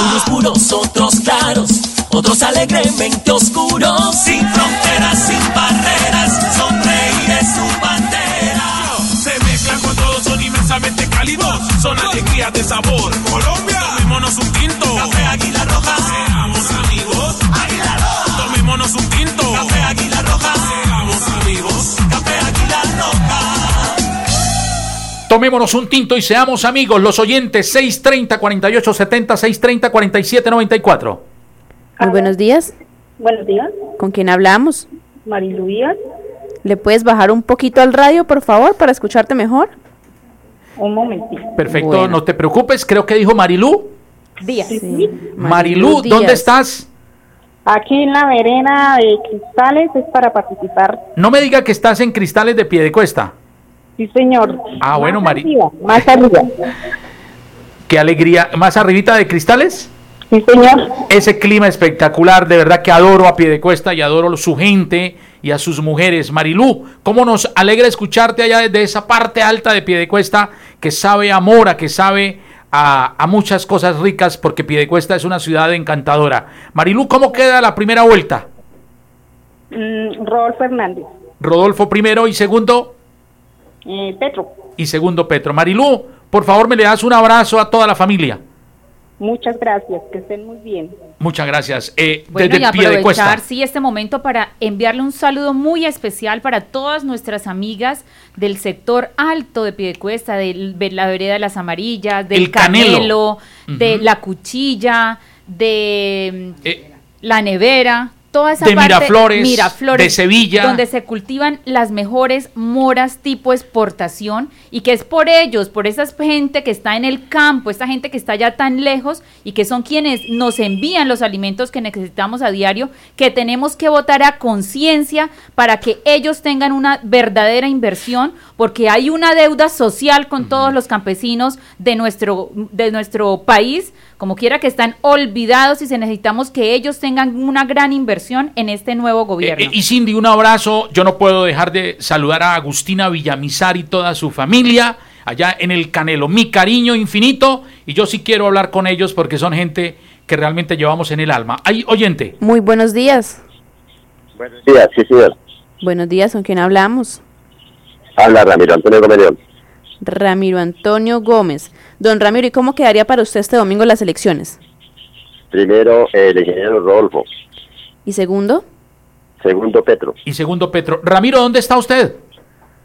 [SPEAKER 23] Unos puros, otros claros, otros alegremente oscuros. Sin fronteras, sin barreras, sonreír es su bandera.
[SPEAKER 24] Se mezclan con todos, son inmensamente cálidos. Son alegrías de sabor. Colombia, tomémonos un tinto. Café Águila Roja. Seamos amigos. Águila Roja. Tomémonos un tinto. Café Águila Roja. Seamos amigos. Café Águila Roja.
[SPEAKER 3] Tomémonos un tinto y seamos amigos. Los oyentes 630-4870, 630-4794.
[SPEAKER 4] Muy buenos días.
[SPEAKER 25] Buenos días,
[SPEAKER 4] ¿Con quién hablamos?
[SPEAKER 25] Mariluía.
[SPEAKER 4] ¿Le puedes bajar un poquito al radio, por favor, para escucharte mejor?
[SPEAKER 25] Un momentito.
[SPEAKER 3] Perfecto, no te preocupes, creo que dijo Marilú.
[SPEAKER 25] Díaz.
[SPEAKER 3] Marilú, ¿dónde estás?
[SPEAKER 25] Aquí en la verena de cristales es para participar.
[SPEAKER 3] No me diga que estás en Cristales de Piedecuesta.
[SPEAKER 25] Sí, señor.
[SPEAKER 3] Ah, bueno, Mari,
[SPEAKER 25] Arriba, más arriba.
[SPEAKER 3] qué alegría. ¿Más arribita de Cristales?
[SPEAKER 25] Sí, señor.
[SPEAKER 3] Ese clima espectacular, de verdad que adoro a Piedecuesta y adoro su gente y a sus mujeres. Marilú, cómo nos alegra escucharte allá desde esa parte alta de Piedecuesta que sabe a mora, que sabe a, a muchas cosas ricas porque Piedecuesta es una ciudad encantadora. Marilú, ¿cómo queda la primera vuelta?
[SPEAKER 25] Mm, Rodolfo Hernández.
[SPEAKER 3] Rodolfo primero y segundo.
[SPEAKER 25] Eh, Petro,
[SPEAKER 3] y segundo Petro. Marilú, por favor me le das un abrazo a toda la familia.
[SPEAKER 25] muchas gracias. Que estén muy bien.
[SPEAKER 3] Muchas gracias. Eh,
[SPEAKER 2] Bueno, y
[SPEAKER 3] desde pie de
[SPEAKER 2] aprovechar
[SPEAKER 3] cuesta.
[SPEAKER 2] sí, este momento para enviarle un saludo muy especial para todas nuestras amigas del sector alto de Piedecuesta, del- de la vereda de las amarillas, del
[SPEAKER 3] El Canelo.
[SPEAKER 2] de
[SPEAKER 3] Ujú.
[SPEAKER 2] la cuchilla, de mm,
[SPEAKER 3] Eh,
[SPEAKER 2] la nevera, toda esa
[SPEAKER 3] De
[SPEAKER 2] parte,
[SPEAKER 3] Miraflores,
[SPEAKER 2] Miraflores,
[SPEAKER 3] de Sevilla.
[SPEAKER 2] donde se cultivan las mejores moras tipo exportación y que es por ellos, por esa gente que está en el campo, esta gente que está allá tan lejos y que son quienes nos envían los alimentos que necesitamos a diario, que tenemos que votar a conciencia para que ellos tengan una verdadera inversión, porque hay una deuda social con todos los campesinos de nuestro de nuestro país como quiera que están olvidados y se necesitamos que ellos tengan una gran inversión en este nuevo gobierno.
[SPEAKER 3] Eh, y Cindy, un abrazo. Yo no puedo dejar de saludar a Agustina Villamizar y toda su familia allá en el Canelo. Mi cariño infinito y yo sí quiero hablar con ellos porque son gente que realmente llevamos en el alma. Ay, oyente,
[SPEAKER 4] Muy buenos días.
[SPEAKER 15] Buenos días, sí, señor.
[SPEAKER 4] Buenos días, ¿con quién hablamos?
[SPEAKER 15] Habla Ramiro Antonio Gómez León.
[SPEAKER 4] Ramiro Antonio Gómez. Don Ramiro, ¿y cómo quedaría para usted este domingo las elecciones?
[SPEAKER 15] Primero, eh, el ingeniero Rodolfo.
[SPEAKER 4] Y segundo,
[SPEAKER 15] Segundo, Petro.
[SPEAKER 3] y segundo Petro. Ramiro, ¿dónde está usted?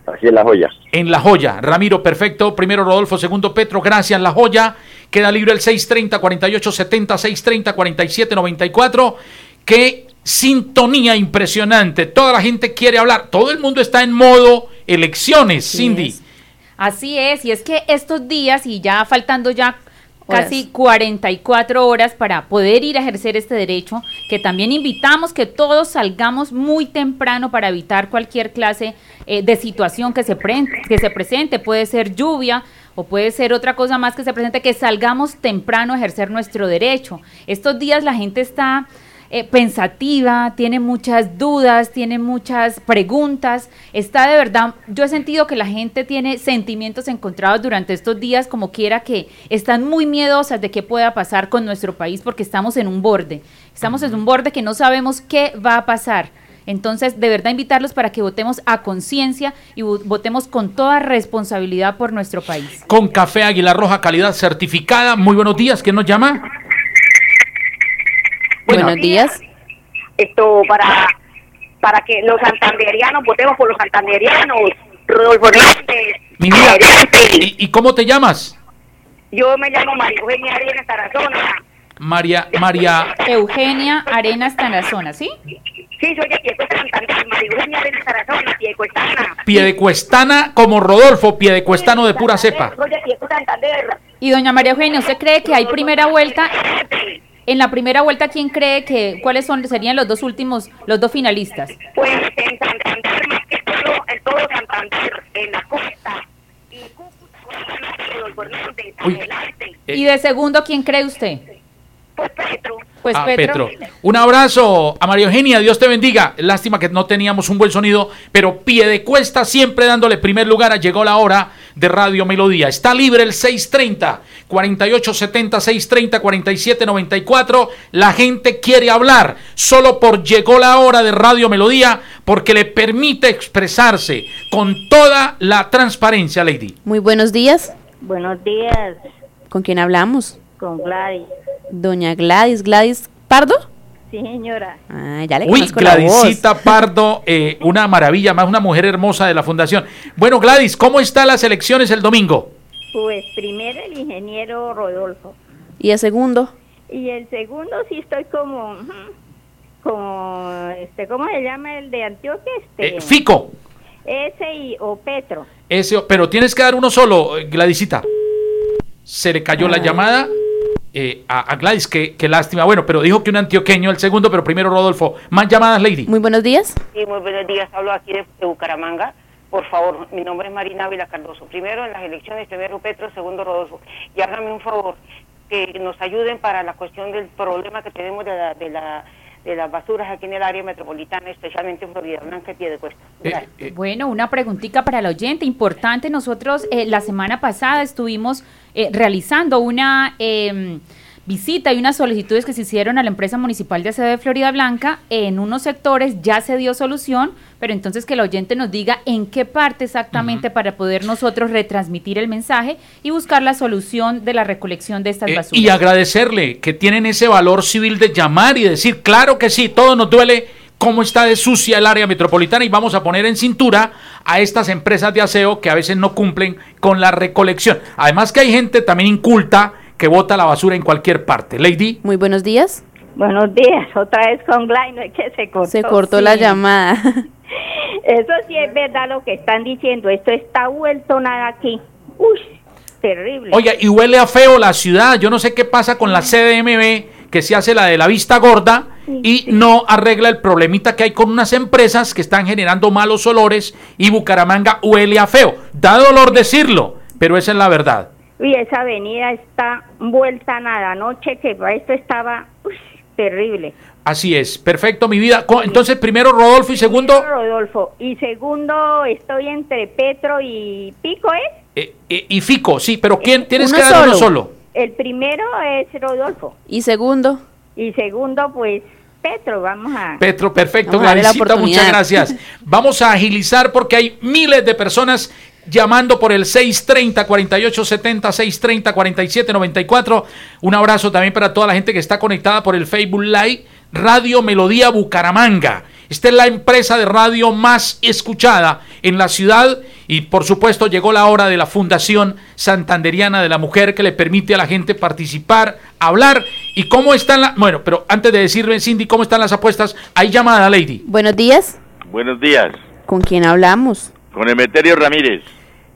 [SPEAKER 15] Así es la joya.
[SPEAKER 3] En La Joya. Ramiro, perfecto. Primero Rodolfo, segundo Petro. Gracias, La Joya. Queda libre el 630-4870, 630-4794. Qué sintonía impresionante. Toda la gente quiere hablar. Todo el mundo está en modo elecciones, Cindy.
[SPEAKER 2] Así es, y es que estos días y ya faltando ya
[SPEAKER 4] Horas.
[SPEAKER 2] casi 44 horas para poder ir a ejercer este derecho, que también invitamos que todos salgamos muy temprano para evitar cualquier clase eh, de situación que se, pre- que se presente, puede ser lluvia o puede ser otra cosa más que se presente, que salgamos temprano a ejercer nuestro derecho. Estos días la gente está eh, pensativa, tiene muchas dudas, tiene muchas preguntas, está de verdad, yo he sentido que la gente tiene sentimientos encontrados durante estos días, como quiera que están muy miedosas de qué pueda pasar con nuestro país porque estamos en un borde, estamos en un borde que no sabemos qué va a pasar. Entonces, de verdad invitarlos para que votemos a conciencia y vo- votemos con toda responsabilidad por nuestro país.
[SPEAKER 3] Con café Águila Roja, calidad certificada. Muy buenos días. ¿Quién nos llama?
[SPEAKER 4] buenos días.
[SPEAKER 18] esto para para que los santanderianos votemos por los santanderianos Rodolfo Hernández
[SPEAKER 3] Mi vida. ¿Y, y cómo te llamas?
[SPEAKER 18] yo me llamo María Eugenia Arias Tarazona
[SPEAKER 3] María, María.
[SPEAKER 2] Eugenia Arenas Tarazona, ¿sí?
[SPEAKER 18] sí soy de Pieco Santander María Eugenia Arenas Tarazona Pieco Estana
[SPEAKER 3] Piedecuestana como Rodolfo, Piedecuestano de pura cepa.
[SPEAKER 18] soy de Pieco Santander
[SPEAKER 2] Y doña María Eugenia, ¿usted cree que hay primera vuelta en la primera vuelta, ¿quién cree que cuáles son serían los dos últimos, los dos finalistas?
[SPEAKER 5] Pues en Santander, más que todo, en todo Santander, en la costa, y Cúcuta, Guatemala, los Bornales, adelante.
[SPEAKER 3] eh.
[SPEAKER 2] y de segundo, ¿quién cree usted? Pues
[SPEAKER 3] Ah,
[SPEAKER 2] Petro.
[SPEAKER 3] Petro. Un abrazo a María Eugenia, Dios te bendiga. Lástima que no teníamos un buen sonido, pero pie de cuesta siempre dándole primer lugar. Llegó la hora de Radio Melodía. Está libre el 630, 4870, 630, 4794. La gente quiere hablar solo por llegó la hora de Radio Melodía porque le permite expresarse con toda la transparencia, Lady.
[SPEAKER 4] Muy buenos días.
[SPEAKER 6] Buenos días,
[SPEAKER 4] ¿Con quién hablamos?
[SPEAKER 6] con Gladys.
[SPEAKER 4] Doña Gladys. Gladys Pardo.
[SPEAKER 6] Sí, señora.
[SPEAKER 4] Ah, ya le
[SPEAKER 3] Uy,
[SPEAKER 4] conozco la voz.
[SPEAKER 3] Gladysita Pardo, eh, una maravilla, más una mujer hermosa de la fundación. Bueno, Gladys, ¿cómo están las elecciones el domingo?
[SPEAKER 6] Pues primero el ingeniero Rodolfo.
[SPEAKER 4] Y el segundo.
[SPEAKER 6] Y el segundo sí estoy como... ujú, como este, ¿Cómo se llama el de Antioquia? Este,
[SPEAKER 3] Eh, Fico,
[SPEAKER 6] Ese y, o Petro.
[SPEAKER 3] ese, pero tienes que dar uno solo, eh, Gladysita. Se le
[SPEAKER 4] Ah.
[SPEAKER 3] cayó la llamada eh, a, a Gladys, qué, qué lástima. Bueno, pero dijo que un antioqueño el segundo, pero primero Rodolfo. Más llamadas, Lady.
[SPEAKER 4] Muy buenos días.
[SPEAKER 5] Sí, muy buenos días. Hablo aquí de, de Bucaramanga. Por favor, mi nombre es Marina Ávila Cardoso. Primero, en las elecciones, primero Petro, segundo Rodolfo. Y háganme un favor, que nos ayuden para la cuestión del problema que tenemos de, la- de, la- de las basuras aquí en el área metropolitana, especialmente en Florida Blanca y Piedecuesta.
[SPEAKER 3] Eh,
[SPEAKER 5] Gracias.
[SPEAKER 2] Bueno, una preguntita para el oyente importante. Nosotros eh, la semana pasada estuvimos eh, realizando una eh, visita y unas solicitudes que se hicieron a la empresa municipal de aseo de Florida Blanca. En unos sectores ya se dio solución, pero entonces que el oyente nos diga en qué parte exactamente para poder nosotros retransmitir el mensaje y buscar la solución de la recolección de estas
[SPEAKER 3] Eh,
[SPEAKER 2] basuras.
[SPEAKER 3] y agradecerle que tienen ese valor civil de llamar y decir, claro que sí, todo nos duele cómo está de sucia el área metropolitana y vamos a poner en cintura a estas empresas de aseo que a veces no cumplen con la recolección. Además que hay gente también inculta que bota la basura en cualquier parte. Lady.
[SPEAKER 4] Muy buenos días.
[SPEAKER 6] Buenos días, otra vez con Gladys, no es que se cortó.
[SPEAKER 4] Se cortó la
[SPEAKER 6] Sí.
[SPEAKER 4] llamada.
[SPEAKER 6] Eso sí es verdad lo que están diciendo, esto está vuelto nada aquí. Uy, terrible.
[SPEAKER 3] Oiga, y huele a feo la ciudad. Yo no sé qué pasa con la
[SPEAKER 6] Mm.
[SPEAKER 3] CDMB, que se hace la de la vista gorda y no arregla el problemita que hay con unas empresas que están generando malos olores y Bucaramanga huele a feo. Da dolor decirlo, pero esa es la verdad.
[SPEAKER 6] Uy, esa avenida está vuelta nada. Anoche que esto estaba uy, terrible.
[SPEAKER 3] Así es. Perfecto, mi vida. Co- Entonces, primero Rodolfo y segundo,
[SPEAKER 6] Rodolfo. Y segundo, estoy entre Petro y Pico, ¿eh?
[SPEAKER 3] eh, eh, y Fico, sí, pero ¿quién tienes
[SPEAKER 6] uno
[SPEAKER 3] que dar
[SPEAKER 6] solo.
[SPEAKER 3] uno solo?
[SPEAKER 6] El primero es Rodolfo.
[SPEAKER 4] Y segundo.
[SPEAKER 6] Y segundo, pues Petro, vamos a...
[SPEAKER 3] Petro, perfecto,
[SPEAKER 6] Vamos a darle la
[SPEAKER 3] Gladysita, muchas
[SPEAKER 6] oportunidad.
[SPEAKER 3] gracias. Vamos a agilizar porque hay miles de personas llamando por el 630-4870, 630-4794. Un abrazo también para toda la gente que está conectada por el Facebook Live, Radio Melodía Bucaramanga. Esta es la empresa de radio más escuchada en la ciudad y por supuesto llegó la hora de la Fundación Santanderiana de la Mujer que le permite a la gente participar, hablar y cómo están las... Bueno, pero antes de decirme, Cindy, cómo están las apuestas, hay llamada, Lady.
[SPEAKER 4] Buenos días.
[SPEAKER 7] Buenos días,
[SPEAKER 4] ¿Con quién hablamos?
[SPEAKER 7] con Emeterio Ramírez.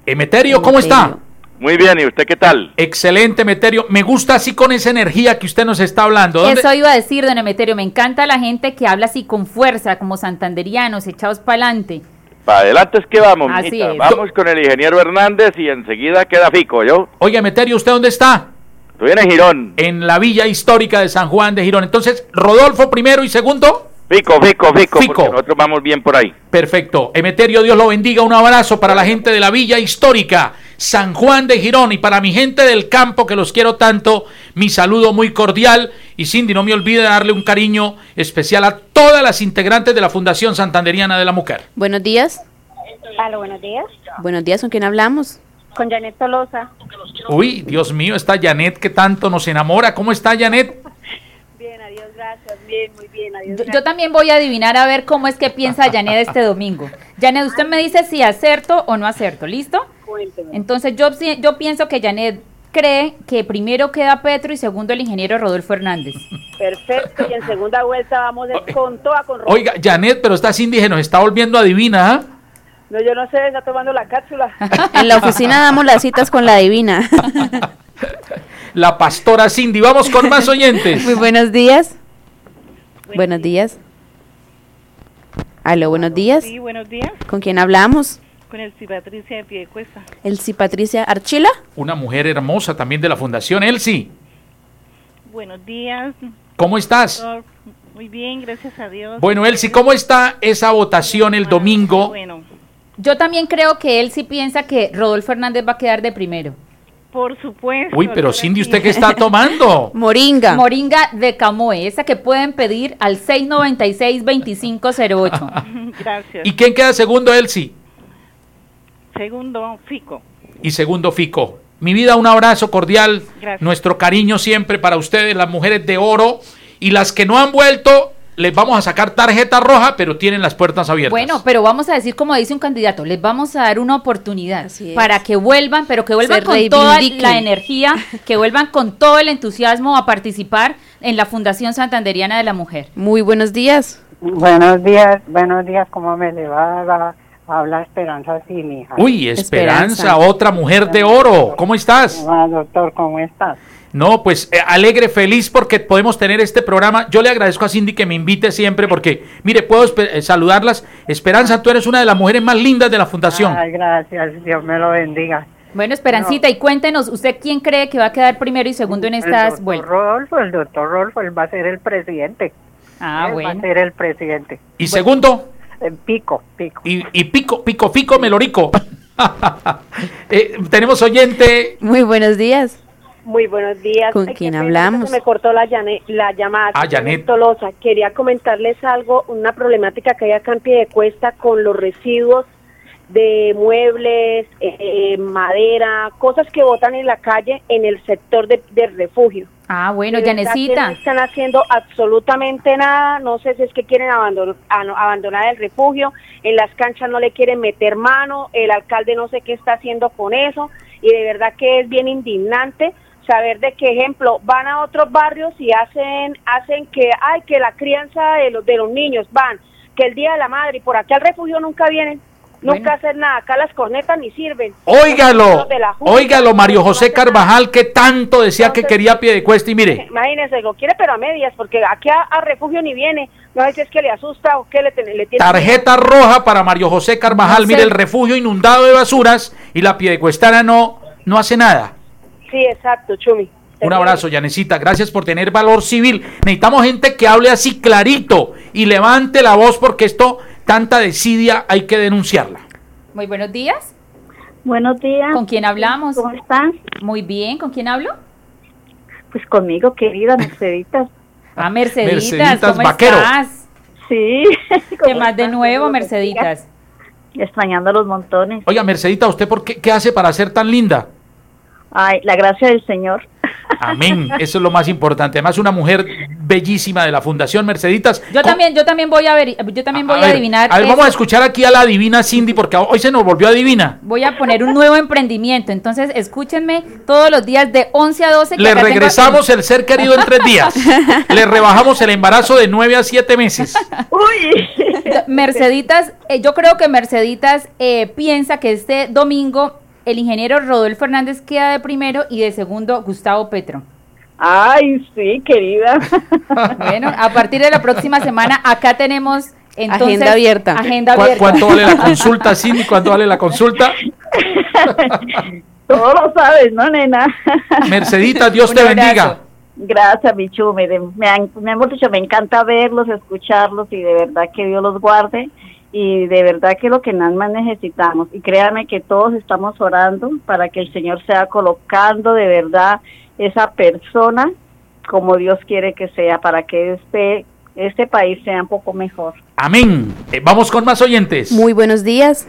[SPEAKER 3] Emeterio, ¿cómo está?
[SPEAKER 7] Muy bien, ¿y usted qué tal?
[SPEAKER 3] Excelente, Emeterio. Me gusta así con esa energía que usted nos está hablando. ¿Dónde-
[SPEAKER 2] Eso iba a decir, don Emeterio. Me encanta la gente que habla así con fuerza, como santanderianos, echados para adelante.
[SPEAKER 7] Para adelante es que vamos,
[SPEAKER 2] Así
[SPEAKER 7] mijita.
[SPEAKER 2] es.
[SPEAKER 7] Vamos con el ingeniero Hernández y enseguida queda fico, ¿yo?
[SPEAKER 3] Oye, Emeterio, ¿usted dónde está?
[SPEAKER 7] Estoy en Girón.
[SPEAKER 3] En la villa histórica de San Juan de Girón. Entonces, Rodolfo primero y segundo.
[SPEAKER 7] Fico, fico, fico. porque Nosotros vamos bien por ahí.
[SPEAKER 3] Perfecto. Emeterio, Dios lo bendiga. Un abrazo para la gente de la Villa Histórica, San Juan de Girón, y para mi gente del campo, que los quiero tanto. Mi saludo muy cordial. Y Cindy, no me olvide darle un cariño especial a todas las integrantes de la Fundación Santanderiana de la Mujer.
[SPEAKER 4] Buenos días.
[SPEAKER 6] Aló, buenos días.
[SPEAKER 4] Buenos días, ¿con quién hablamos?
[SPEAKER 6] Con Janet Tolosa.
[SPEAKER 3] Uy, Dios mío, está Janet que tanto nos enamora. ¿Cómo está Janet?
[SPEAKER 6] Bien, adiós, gracias. Bien, muy bien, adiós.
[SPEAKER 2] Yo, yo también voy a adivinar a ver cómo es que piensa Janet este domingo. Janet, usted me dice si acerto o no acerto, ¿listo? Entonces yo, si- yo pienso que Janet cree que primero queda Petro y segundo el ingeniero Rodolfo Hernández.
[SPEAKER 6] Perfecto, y en segunda vuelta vamos es con toda, con Rodolfo.
[SPEAKER 3] Oiga, Janet, pero esta Cindy se nos está volviendo adivina. ¿ah?
[SPEAKER 6] No, yo no sé, está tomando la cápsula.
[SPEAKER 4] En la oficina damos las citas con la divina.
[SPEAKER 3] la pastora Cindy. Vamos con más oyentes.
[SPEAKER 4] Muy buenos días. Buenos días. Aló, buenos días.
[SPEAKER 26] Sí, buenos días.
[SPEAKER 4] ¿Con quién hablamos?
[SPEAKER 26] Con el Patricia de Piedecuesta.
[SPEAKER 4] El sí Patricia Archila.
[SPEAKER 3] Una mujer hermosa también de la Fundación Elsie.
[SPEAKER 26] Buenos días.
[SPEAKER 3] ¿Cómo estás?
[SPEAKER 26] doctor. Muy bien, gracias a Dios.
[SPEAKER 3] Bueno, Elsie, ¿cómo está esa votación el domingo?
[SPEAKER 2] Yo también creo que él sí piensa que Rodolfo Hernández va a quedar de primero.
[SPEAKER 26] Por supuesto.
[SPEAKER 3] Uy, pero Cindy, ¿usted qué está tomando?
[SPEAKER 4] Moringa.
[SPEAKER 2] Moringa de Camoe, esa que pueden pedir al 696-2508.
[SPEAKER 26] Gracias.
[SPEAKER 3] ¿Y quién queda segundo, Elsie?
[SPEAKER 26] Segundo, Fico.
[SPEAKER 3] Y segundo, Fico. Mi vida, un abrazo cordial.
[SPEAKER 26] Gracias.
[SPEAKER 3] Nuestro cariño siempre para ustedes, las mujeres de oro. Y las que no han vuelto, les vamos a sacar tarjeta roja, pero tienen las puertas abiertas.
[SPEAKER 2] Bueno, pero vamos a decir, como dice un candidato, les vamos a dar una oportunidad para que vuelvan, pero que vuelvan
[SPEAKER 4] Se
[SPEAKER 2] con toda
[SPEAKER 4] reivindiquen.
[SPEAKER 2] la energía, que vuelvan con todo el entusiasmo a participar en la Fundación Santanderiana de la Mujer.
[SPEAKER 4] Muy buenos días.
[SPEAKER 17] Buenos días, buenos días, ¿cómo me le va? Va- Habla Esperanza, sí, mija.
[SPEAKER 3] Uy, Esperanza, otra mujer de oro. ¿Cómo estás?
[SPEAKER 17] Ah, doctor, ¿cómo estás?
[SPEAKER 3] No, pues eh, alegre, feliz porque podemos tener este programa. Yo le agradezco a Cindy que me invite siempre porque, mire, puedo espe- eh, saludarlas. Esperanza, tú eres una de las mujeres más lindas de la fundación.
[SPEAKER 17] Ay, gracias, Dios me lo bendiga.
[SPEAKER 2] Bueno, Esperancita, y cuéntenos, ¿usted quién cree que va a quedar primero y segundo en
[SPEAKER 17] el
[SPEAKER 2] estas
[SPEAKER 17] doctor
[SPEAKER 2] vueltas?
[SPEAKER 17] Rodolfo, el doctor Rodolfo, él va a ser el presidente.
[SPEAKER 2] Ah,
[SPEAKER 17] él Va
[SPEAKER 2] bueno.
[SPEAKER 17] a ser el presidente.
[SPEAKER 3] Y segundo,
[SPEAKER 17] Eh, Pico, pico.
[SPEAKER 3] y, y pico, pico, pico, melorico. Eh, tenemos oyente.
[SPEAKER 4] Muy buenos días.
[SPEAKER 18] Muy buenos días.
[SPEAKER 4] ¿Con
[SPEAKER 18] Ay, qué
[SPEAKER 4] quién
[SPEAKER 18] pena,
[SPEAKER 4] hablamos?
[SPEAKER 18] se me cortó la, llane- la llamada.
[SPEAKER 3] Ah,
[SPEAKER 18] señor
[SPEAKER 3] Janet.
[SPEAKER 18] Tolosa, quería comentarles algo, una problemática que hay acá en de Cuesta con los residuos de muebles, eh, eh, madera, cosas que botan en la calle en el sector de, de refugio.
[SPEAKER 2] Ah, bueno,
[SPEAKER 18] De verdad que
[SPEAKER 2] Yanecita.
[SPEAKER 18] No están haciendo absolutamente nada. No sé si es que quieren abandonar, abandonar el refugio. En las canchas no le quieren meter mano. El alcalde no sé qué está haciendo con eso. Y de verdad que es bien indignante saber de qué ejemplo van a otros barrios y hacen hacen que ay que la crianza de los de los niños van que el día de la madre y por aquí al refugio nunca vienen nunca hacen nada acá las cornetas ni sirven
[SPEAKER 3] Óigalo,
[SPEAKER 18] Los de la Junta,
[SPEAKER 3] óigalo, Mario José Carvajal, que tanto decía que quería pie de cuesta. Y mire,
[SPEAKER 18] Imagínense, lo quiere pero a medias, porque aquí a, a refugio ni viene. No sé si es que le asusta o que le, ten- le tiene.
[SPEAKER 3] tarjeta roja para Mario José Carvajal.
[SPEAKER 18] No
[SPEAKER 3] Mire,
[SPEAKER 18] sé.
[SPEAKER 3] el refugio inundado de basuras y la pie de cuestana no, no hace nada.
[SPEAKER 18] Sí, exacto, Chumi.
[SPEAKER 3] Un abrazo, Yanecita. Gracias por tener valor civil. Necesitamos gente que hable así clarito y levante la voz porque esto, tanta desidia, hay que denunciarla.
[SPEAKER 2] Muy buenos días.
[SPEAKER 6] Buenos días.
[SPEAKER 2] ¿Con quién hablamos? ¿Cómo
[SPEAKER 6] están?
[SPEAKER 2] Muy bien, ¿con quién hablo?
[SPEAKER 6] Pues conmigo, querida Merceditas.
[SPEAKER 2] Ah, Merceditas,
[SPEAKER 6] Merceditas
[SPEAKER 2] ¿cómo
[SPEAKER 6] Vaquero.
[SPEAKER 2] estás?
[SPEAKER 6] Sí.
[SPEAKER 2] ¿Qué más de nuevo, Merceditas?
[SPEAKER 6] Extrañando los montones.
[SPEAKER 3] Oiga, Mercedita, ¿usted por qué, qué hace para ser tan linda?
[SPEAKER 6] Ay, la gracia del Señor.
[SPEAKER 3] Amén. Eso es lo más importante. Además, una mujer bellísima de la Fundación Merceditas.
[SPEAKER 2] Yo también, yo también voy a ver, yo también voy a,
[SPEAKER 3] ver,
[SPEAKER 2] adivinar.
[SPEAKER 3] a ver,
[SPEAKER 2] eso.
[SPEAKER 3] vamos a escuchar aquí a la divina Cindy porque hoy se nos volvió adivina.
[SPEAKER 2] Voy a poner un nuevo emprendimiento, entonces escúchenme todos los días de 11 a 12. que
[SPEAKER 3] Le
[SPEAKER 2] acá tengo-
[SPEAKER 3] regresamos el ser querido en tres días. Le rebajamos el embarazo de nueve a siete meses.
[SPEAKER 2] Merceditas, eh, yo creo que Merceditas eh, piensa que este domingo el ingeniero Rodolfo Hernández queda de primero y de segundo Gustavo Petro.
[SPEAKER 6] Ay, sí, querida.
[SPEAKER 2] Bueno, a partir de la próxima semana acá tenemos entonces,
[SPEAKER 4] Agenda abierta.
[SPEAKER 2] Agenda
[SPEAKER 3] ¿Cu-
[SPEAKER 2] abierta.
[SPEAKER 3] ¿Cuánto vale la consulta, Cindy? ¿Cuánto vale la consulta?
[SPEAKER 6] Todo lo sabes, ¿no, nena?
[SPEAKER 3] Mercedita, Dios te bendiga.
[SPEAKER 6] Gracias, Michu. Me, de- me, han- me hemos dicho, me encanta verlos, escucharlos y de verdad que Dios los guarde. Y de verdad que lo que nada más necesitamos. Y créanme que todos estamos orando para que el Señor sea colocando de verdad esa persona como Dios quiere que sea, para que este, este país sea un poco mejor.
[SPEAKER 3] Amén. Eh, vamos con más oyentes.
[SPEAKER 4] Muy buenos días.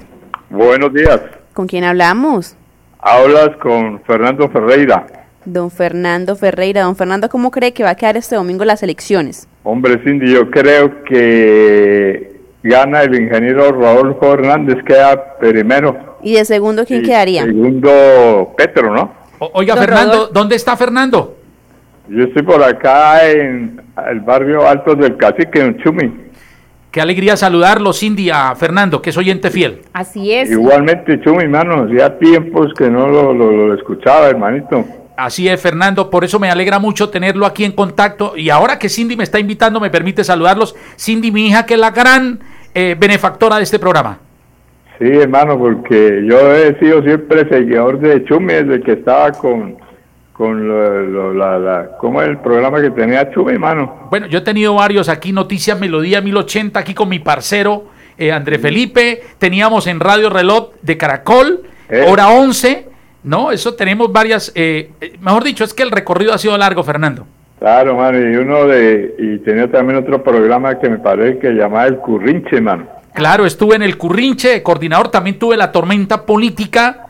[SPEAKER 11] Buenos días.
[SPEAKER 4] ¿Con quién hablamos?
[SPEAKER 11] Hablas con Fernando Ferreira.
[SPEAKER 4] Don Fernando Ferreira. Don Fernando, ¿cómo cree que va a quedar este domingo las elecciones?
[SPEAKER 11] Hombre, Cindy, yo creo que gana el ingeniero Rodolfo Hernández, queda primero.
[SPEAKER 4] Y de segundo, ¿quién quedaría?
[SPEAKER 11] Segundo, Petro, ¿no?
[SPEAKER 3] O- oiga,
[SPEAKER 4] Don
[SPEAKER 3] Fernando,
[SPEAKER 4] Rodolfo.
[SPEAKER 3] ¿dónde está Fernando?
[SPEAKER 11] Yo estoy por acá en el barrio Altos del Cacique, en Chumi.
[SPEAKER 3] Qué alegría saludarlo, Cindy, a Fernando, que es oyente fiel.
[SPEAKER 2] Así es.
[SPEAKER 11] Igualmente, Chumi, hermano, ya tiempos que no lo, lo- lo escuchaba, hermanito.
[SPEAKER 3] Así es, Fernando. Por eso me alegra mucho tenerlo aquí en contacto. Y ahora que Cindy me está invitando, me permite saludarlos. Cindy, mi hija, que es la gran eh, benefactora de este programa.
[SPEAKER 11] Sí, hermano, porque yo he sido siempre seguidor de Chumi desde que estaba con, con lo- lo- la, la- ¿cómo es el programa que tenía Chumi, hermano?
[SPEAKER 3] Bueno, yo he tenido varios aquí, Noticias Melodía 1080, aquí con mi parcero eh, André Felipe. Teníamos en Radio Reloj de Caracol, hora 11. No, eso tenemos varias. eh, eh, mejor dicho, es que el recorrido ha sido largo, Fernando.
[SPEAKER 11] Claro, hermano, y uno de, y tenía también otro programa que me parece que llamaba El Currinche, hermano.
[SPEAKER 3] Claro, estuve en el Currinche, de coordinador, también tuve la tormenta política,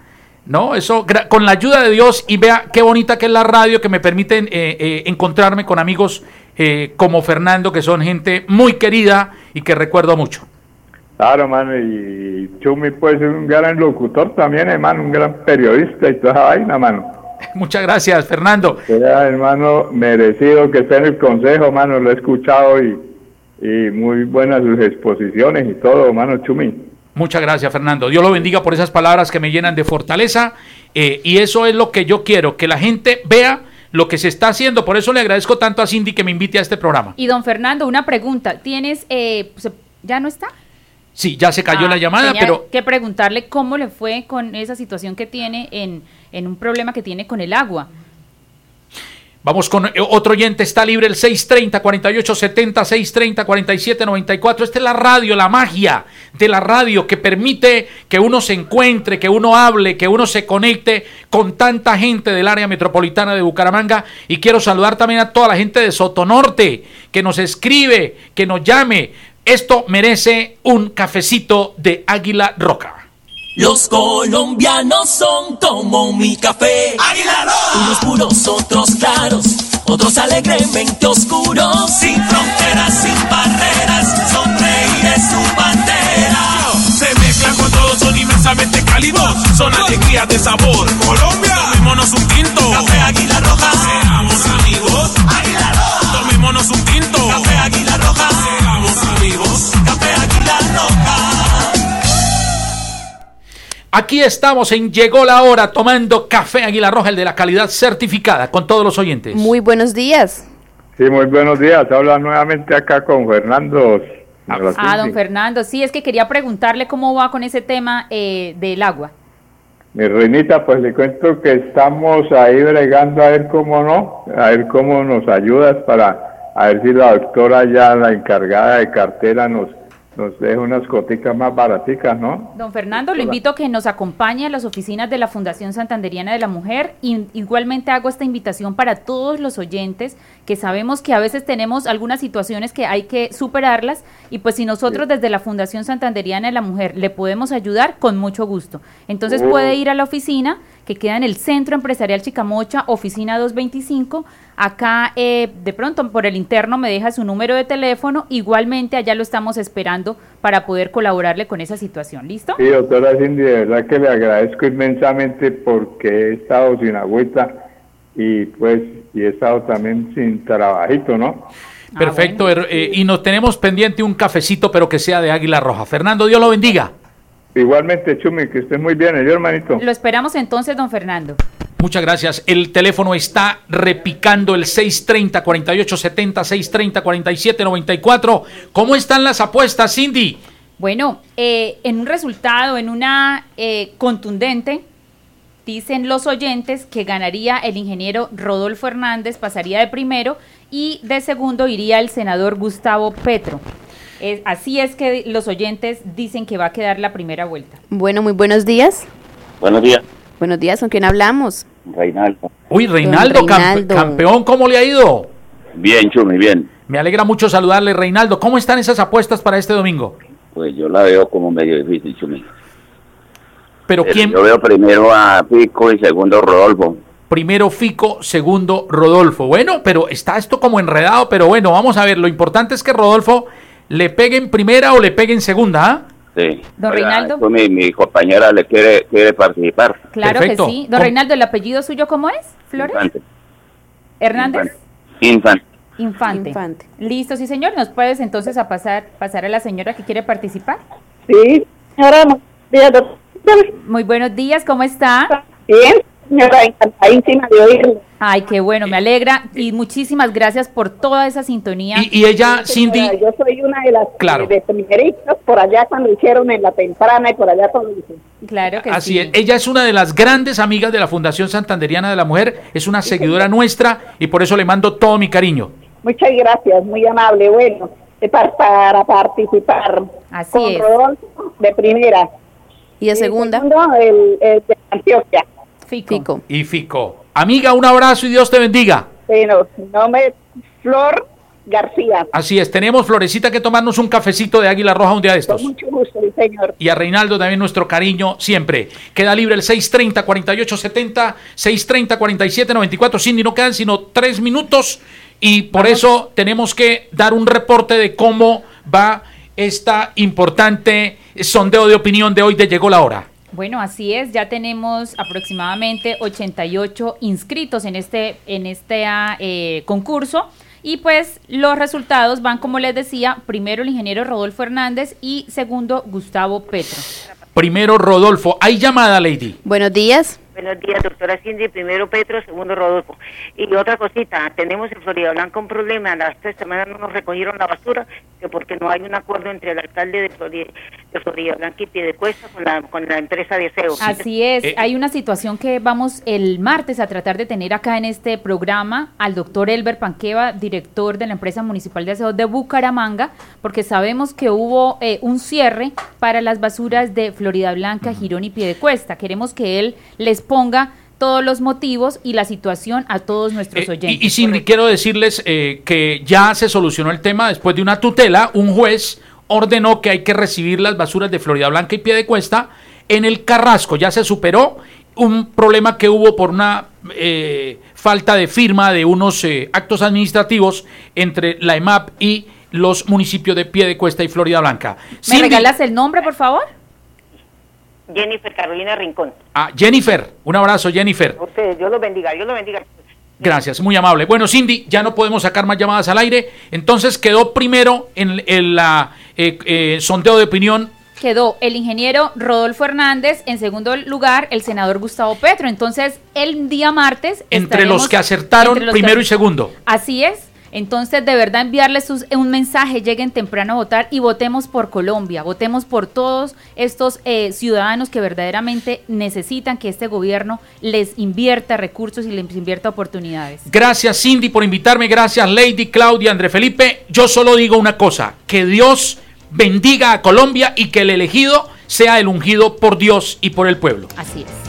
[SPEAKER 3] ¿no? Eso, gra- con la ayuda de Dios, y vea qué bonita que es la radio, que me permiten eh, eh, encontrarme con amigos eh, como Fernando, que son gente muy querida y que recuerdo mucho.
[SPEAKER 11] Claro, hermano, y Chumi pues es un gran locutor también, hermano, un gran periodista y toda esa vaina, hermano.
[SPEAKER 3] Muchas gracias, Fernando.
[SPEAKER 11] Era, hermano, merecido que esté en el consejo, hermano, lo he escuchado y, y muy buenas sus exposiciones y todo, hermano Chumi.
[SPEAKER 3] Muchas gracias, Fernando. Dios lo bendiga por esas palabras que me llenan de fortaleza. eh, y eso es lo que yo quiero, que la gente vea lo que se está haciendo. Por eso le agradezco tanto a Cindy que me invite a este programa.
[SPEAKER 2] Y don Fernando, una pregunta. ¿Tienes, eh, se- ya no está?
[SPEAKER 3] Sí, ya se cayó
[SPEAKER 2] Ah,
[SPEAKER 3] la llamada,
[SPEAKER 2] tenía
[SPEAKER 3] pero
[SPEAKER 2] que preguntarle cómo le fue con esa situación que tiene en, en un problema que tiene con el agua.
[SPEAKER 3] vamos con eh, otro oyente. Está libre el 630-4870, 630-4794. Esta es la radio, la magia de la radio que permite que uno se encuentre, que uno hable, que uno se conecte con tanta gente del área metropolitana de Bucaramanga. Y quiero saludar también a toda la gente de Sotonorte que nos escribe, que nos llame. Esto merece un cafecito de Águila Roca.
[SPEAKER 23] Los colombianos son como mi café. Unos puros, otros claros, otros alegremente oscuros. Sin fronteras, sin barreras, sonreír es su bandera.
[SPEAKER 24] Se mezclan con todos, son inmensamente cálidos. Son alegría de sabor. Colombia, tomémonos un tinto. Café Águila Roja. Seamos amigos. Águila Roja. Tomémonos un tinto. Café Águila Roja. Seamos amigos. Café Águila Roja.
[SPEAKER 3] Aquí estamos en Llegó la Hora tomando café Águila Roja, el de la calidad certificada, con todos los oyentes.
[SPEAKER 12] Muy buenos días.
[SPEAKER 11] Sí, muy buenos días, habla nuevamente acá con Fernando. señora
[SPEAKER 2] Ah, don
[SPEAKER 11] Cindy.
[SPEAKER 2] Fernando, sí, es que quería preguntarle cómo va con ese tema eh, del agua.
[SPEAKER 11] Mi reinita, pues le cuento que estamos ahí bregando a ver cómo no, a ver cómo nos ayudas para, a ver si la doctora ya, la encargada de cartera, nos, nos deja unas coticas más baraticas, ¿no?
[SPEAKER 2] Don Fernando, lo invito a que nos acompañe a las oficinas de la Fundación Santanderiana de la Mujer. Y igualmente hago esta invitación para todos los oyentes, que sabemos que a veces tenemos algunas situaciones que hay que superarlas. Y pues si nosotros desde la Fundación Santanderiana de la Mujer le podemos ayudar, con mucho gusto. Entonces
[SPEAKER 13] Oh.
[SPEAKER 2] puede ir a la oficina que queda en el Centro Empresarial Chicamocha, oficina 225. Acá eh, de pronto por el interno me deja su número de teléfono. Igualmente allá lo estamos esperando para poder colaborarle con esa situación. ¿Listo?
[SPEAKER 11] Sí, doctora Cindy, de verdad que le agradezco inmensamente porque he estado sin agüita y pues, y he estado también sin trabajito, ¿no?
[SPEAKER 3] Perfecto, er- eh, y nos tenemos pendiente un cafecito, pero que sea de Águila Roja. Fernando, Dios lo bendiga.
[SPEAKER 11] Igualmente, Chumi, que estés muy bien, ¿eh, yo hermanito.
[SPEAKER 2] Lo esperamos entonces, don Fernando.
[SPEAKER 3] Muchas gracias. El teléfono está repicando el 630-4870, 630-4794. ¿Cómo están las apuestas, Cindy?
[SPEAKER 2] Bueno, eh, en un resultado, en una eh, contundente, dicen los oyentes que ganaría el ingeniero Rodolfo Hernández, pasaría de primero y de segundo iría el senador Gustavo Petro. Es- así es que los oyentes dicen que va a quedar la primera vuelta.
[SPEAKER 12] Bueno, muy buenos días.
[SPEAKER 14] Buenos días,
[SPEAKER 12] Buenos días, ¿con quién hablamos?
[SPEAKER 14] Reinaldo.
[SPEAKER 3] Uy, Reinaldo, campe-
[SPEAKER 12] Reinaldo.
[SPEAKER 3] campeón, ¿cómo le ha ido?
[SPEAKER 14] Bien, Chumi, bien.
[SPEAKER 3] Me alegra mucho saludarle, Reinaldo. ¿Cómo están esas apuestas para este domingo?
[SPEAKER 14] Pues yo la veo como medio difícil, Chumi. Eh,
[SPEAKER 3] Pero ¿quién?
[SPEAKER 14] Yo veo primero a Pico y segundo Rodolfo.
[SPEAKER 3] Primero Fico, segundo Rodolfo. Bueno, pero está esto como enredado, pero bueno, vamos a ver. Lo importante es que Rodolfo le pegue en primera o le pegue en segunda. ¿ah?
[SPEAKER 14] Sí.
[SPEAKER 2] Don
[SPEAKER 14] Oiga,
[SPEAKER 2] Reinaldo.
[SPEAKER 14] Chumi, mi compañera le quiere, quiere participar.
[SPEAKER 2] Claro que sí. Don Reinaldo, ¿el apellido suyo cómo es? ¿Flores?
[SPEAKER 14] Infante.
[SPEAKER 2] ¿Hernández?
[SPEAKER 14] Infante.
[SPEAKER 2] Infante. Listo, sí señor. ¿Nos puedes entonces a pasar, pasar a la señora que quiere participar?
[SPEAKER 13] Sí, señora.
[SPEAKER 2] Muy buenos días, ¿cómo está?
[SPEAKER 13] Bien.
[SPEAKER 18] señora, encantadísima de oírlo.
[SPEAKER 2] Ay, qué bueno, me alegra y muchísimas gracias por toda esa sintonía.
[SPEAKER 3] Y, ella,
[SPEAKER 18] Señora, Yo soy una de las eh,
[SPEAKER 3] Claro.
[SPEAKER 18] de primeritas por allá cuando hicieron en la temprana y por allá cuando hicieron.
[SPEAKER 2] Claro que
[SPEAKER 3] Así
[SPEAKER 2] sí.
[SPEAKER 3] es, ella es una de las grandes amigas de la Fundación Santanderiana de la Mujer, es una seguidora nuestra y por eso le mando todo mi cariño.
[SPEAKER 18] Muchas gracias, muy amable. Bueno, eh, par- para, participar con
[SPEAKER 2] es.
[SPEAKER 18] Rodolfo de primera.
[SPEAKER 12] ¿Y de segunda?
[SPEAKER 18] segundo, el, el de Antioquia.
[SPEAKER 2] Fico.
[SPEAKER 3] Y Fico. Amiga, un abrazo y Dios te bendiga.
[SPEAKER 18] Bueno, mi nombre es Flor García.
[SPEAKER 3] Así es, tenemos Florecita que tomarnos un cafecito de Águila Roja un día de estos.
[SPEAKER 18] Mucho gusto, mi señor.
[SPEAKER 3] Y a Reinaldo también nuestro cariño siempre. Queda libre el 630-4870, 630-4794. Cindy, no quedan sino tres minutos y por eso tenemos que dar un reporte de cómo va esta importante eh, sondeo de opinión de hoy de Llegó la Hora.
[SPEAKER 2] Bueno, así es, ya tenemos aproximadamente 88 inscritos en este, en este ah, eh, concurso y pues los resultados van, como les decía, primero el ingeniero Rodolfo Hernández y segundo Gustavo Petro.
[SPEAKER 3] Primero, Rodolfo. Hay llamada, Lady.
[SPEAKER 12] Buenos días.
[SPEAKER 5] Buenos días, doctora Cindy. Primero Petro, segundo Rodolfo. Y otra cosita, tenemos en Florida Blanca un problema. Las tres semanas no nos recogieron la basura, que porque no hay un acuerdo entre el alcalde de Florida, de Florida Blanca y Piedecuesta con la, con la empresa de SEO.
[SPEAKER 2] Así es,
[SPEAKER 5] Eh,
[SPEAKER 2] hay una situación que vamos el martes a tratar de tener acá en este programa al doctor Elber Panqueva, director de la empresa municipal de aseo de Bucaramanga, porque sabemos que hubo eh, un cierre para las basuras de Florida Blanca, Girón y Piedecuesta. Queremos que él les ponga todos los motivos y la situación a todos nuestros oyentes.
[SPEAKER 3] Eh, Y, y Cindy, quiero decirles eh, que ya se solucionó el tema después de una tutela. Un juez ordenó que hay que recibir las basuras de Florida Blanca y Piedecuesta en el Carrasco. Ya se superó un problema que hubo por una eh, falta de firma de unos eh, actos administrativos entre la EMAP y los municipios de Piedecuesta y Florida Blanca.
[SPEAKER 2] ¿Me
[SPEAKER 3] Cindy-
[SPEAKER 2] regalas el nombre, por favor?
[SPEAKER 5] Jennifer Carolina Rincón.
[SPEAKER 3] Ah, Jennifer, un abrazo, Jennifer.
[SPEAKER 5] A ustedes, Dios los bendiga, Dios los bendiga.
[SPEAKER 3] Gracias, muy amable. Bueno, Cindy, ya no podemos sacar más llamadas al aire. Entonces quedó primero en el sondeo de opinión.
[SPEAKER 2] Quedó el ingeniero Rodolfo Hernández, en segundo lugar el senador Gustavo Petro. Entonces, el día martes...
[SPEAKER 3] Entre los
[SPEAKER 2] estaremos-
[SPEAKER 3] que acertaron
[SPEAKER 2] entre los que-
[SPEAKER 3] primero y segundo.
[SPEAKER 2] Así es. Entonces, de verdad, enviarles sus- un mensaje, lleguen temprano a votar y votemos por Colombia, votemos por todos estos eh, ciudadanos que verdaderamente necesitan que este gobierno les invierta recursos y les invierta oportunidades.
[SPEAKER 3] Gracias, Cindy, por invitarme. Gracias, Lady, Claudia, André Felipe. Yo solo digo una cosa: que Dios bendiga a Colombia y que el elegido sea el ungido por Dios y por el pueblo.
[SPEAKER 2] Así es.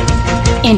[SPEAKER 2] En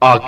[SPEAKER 17] Aquí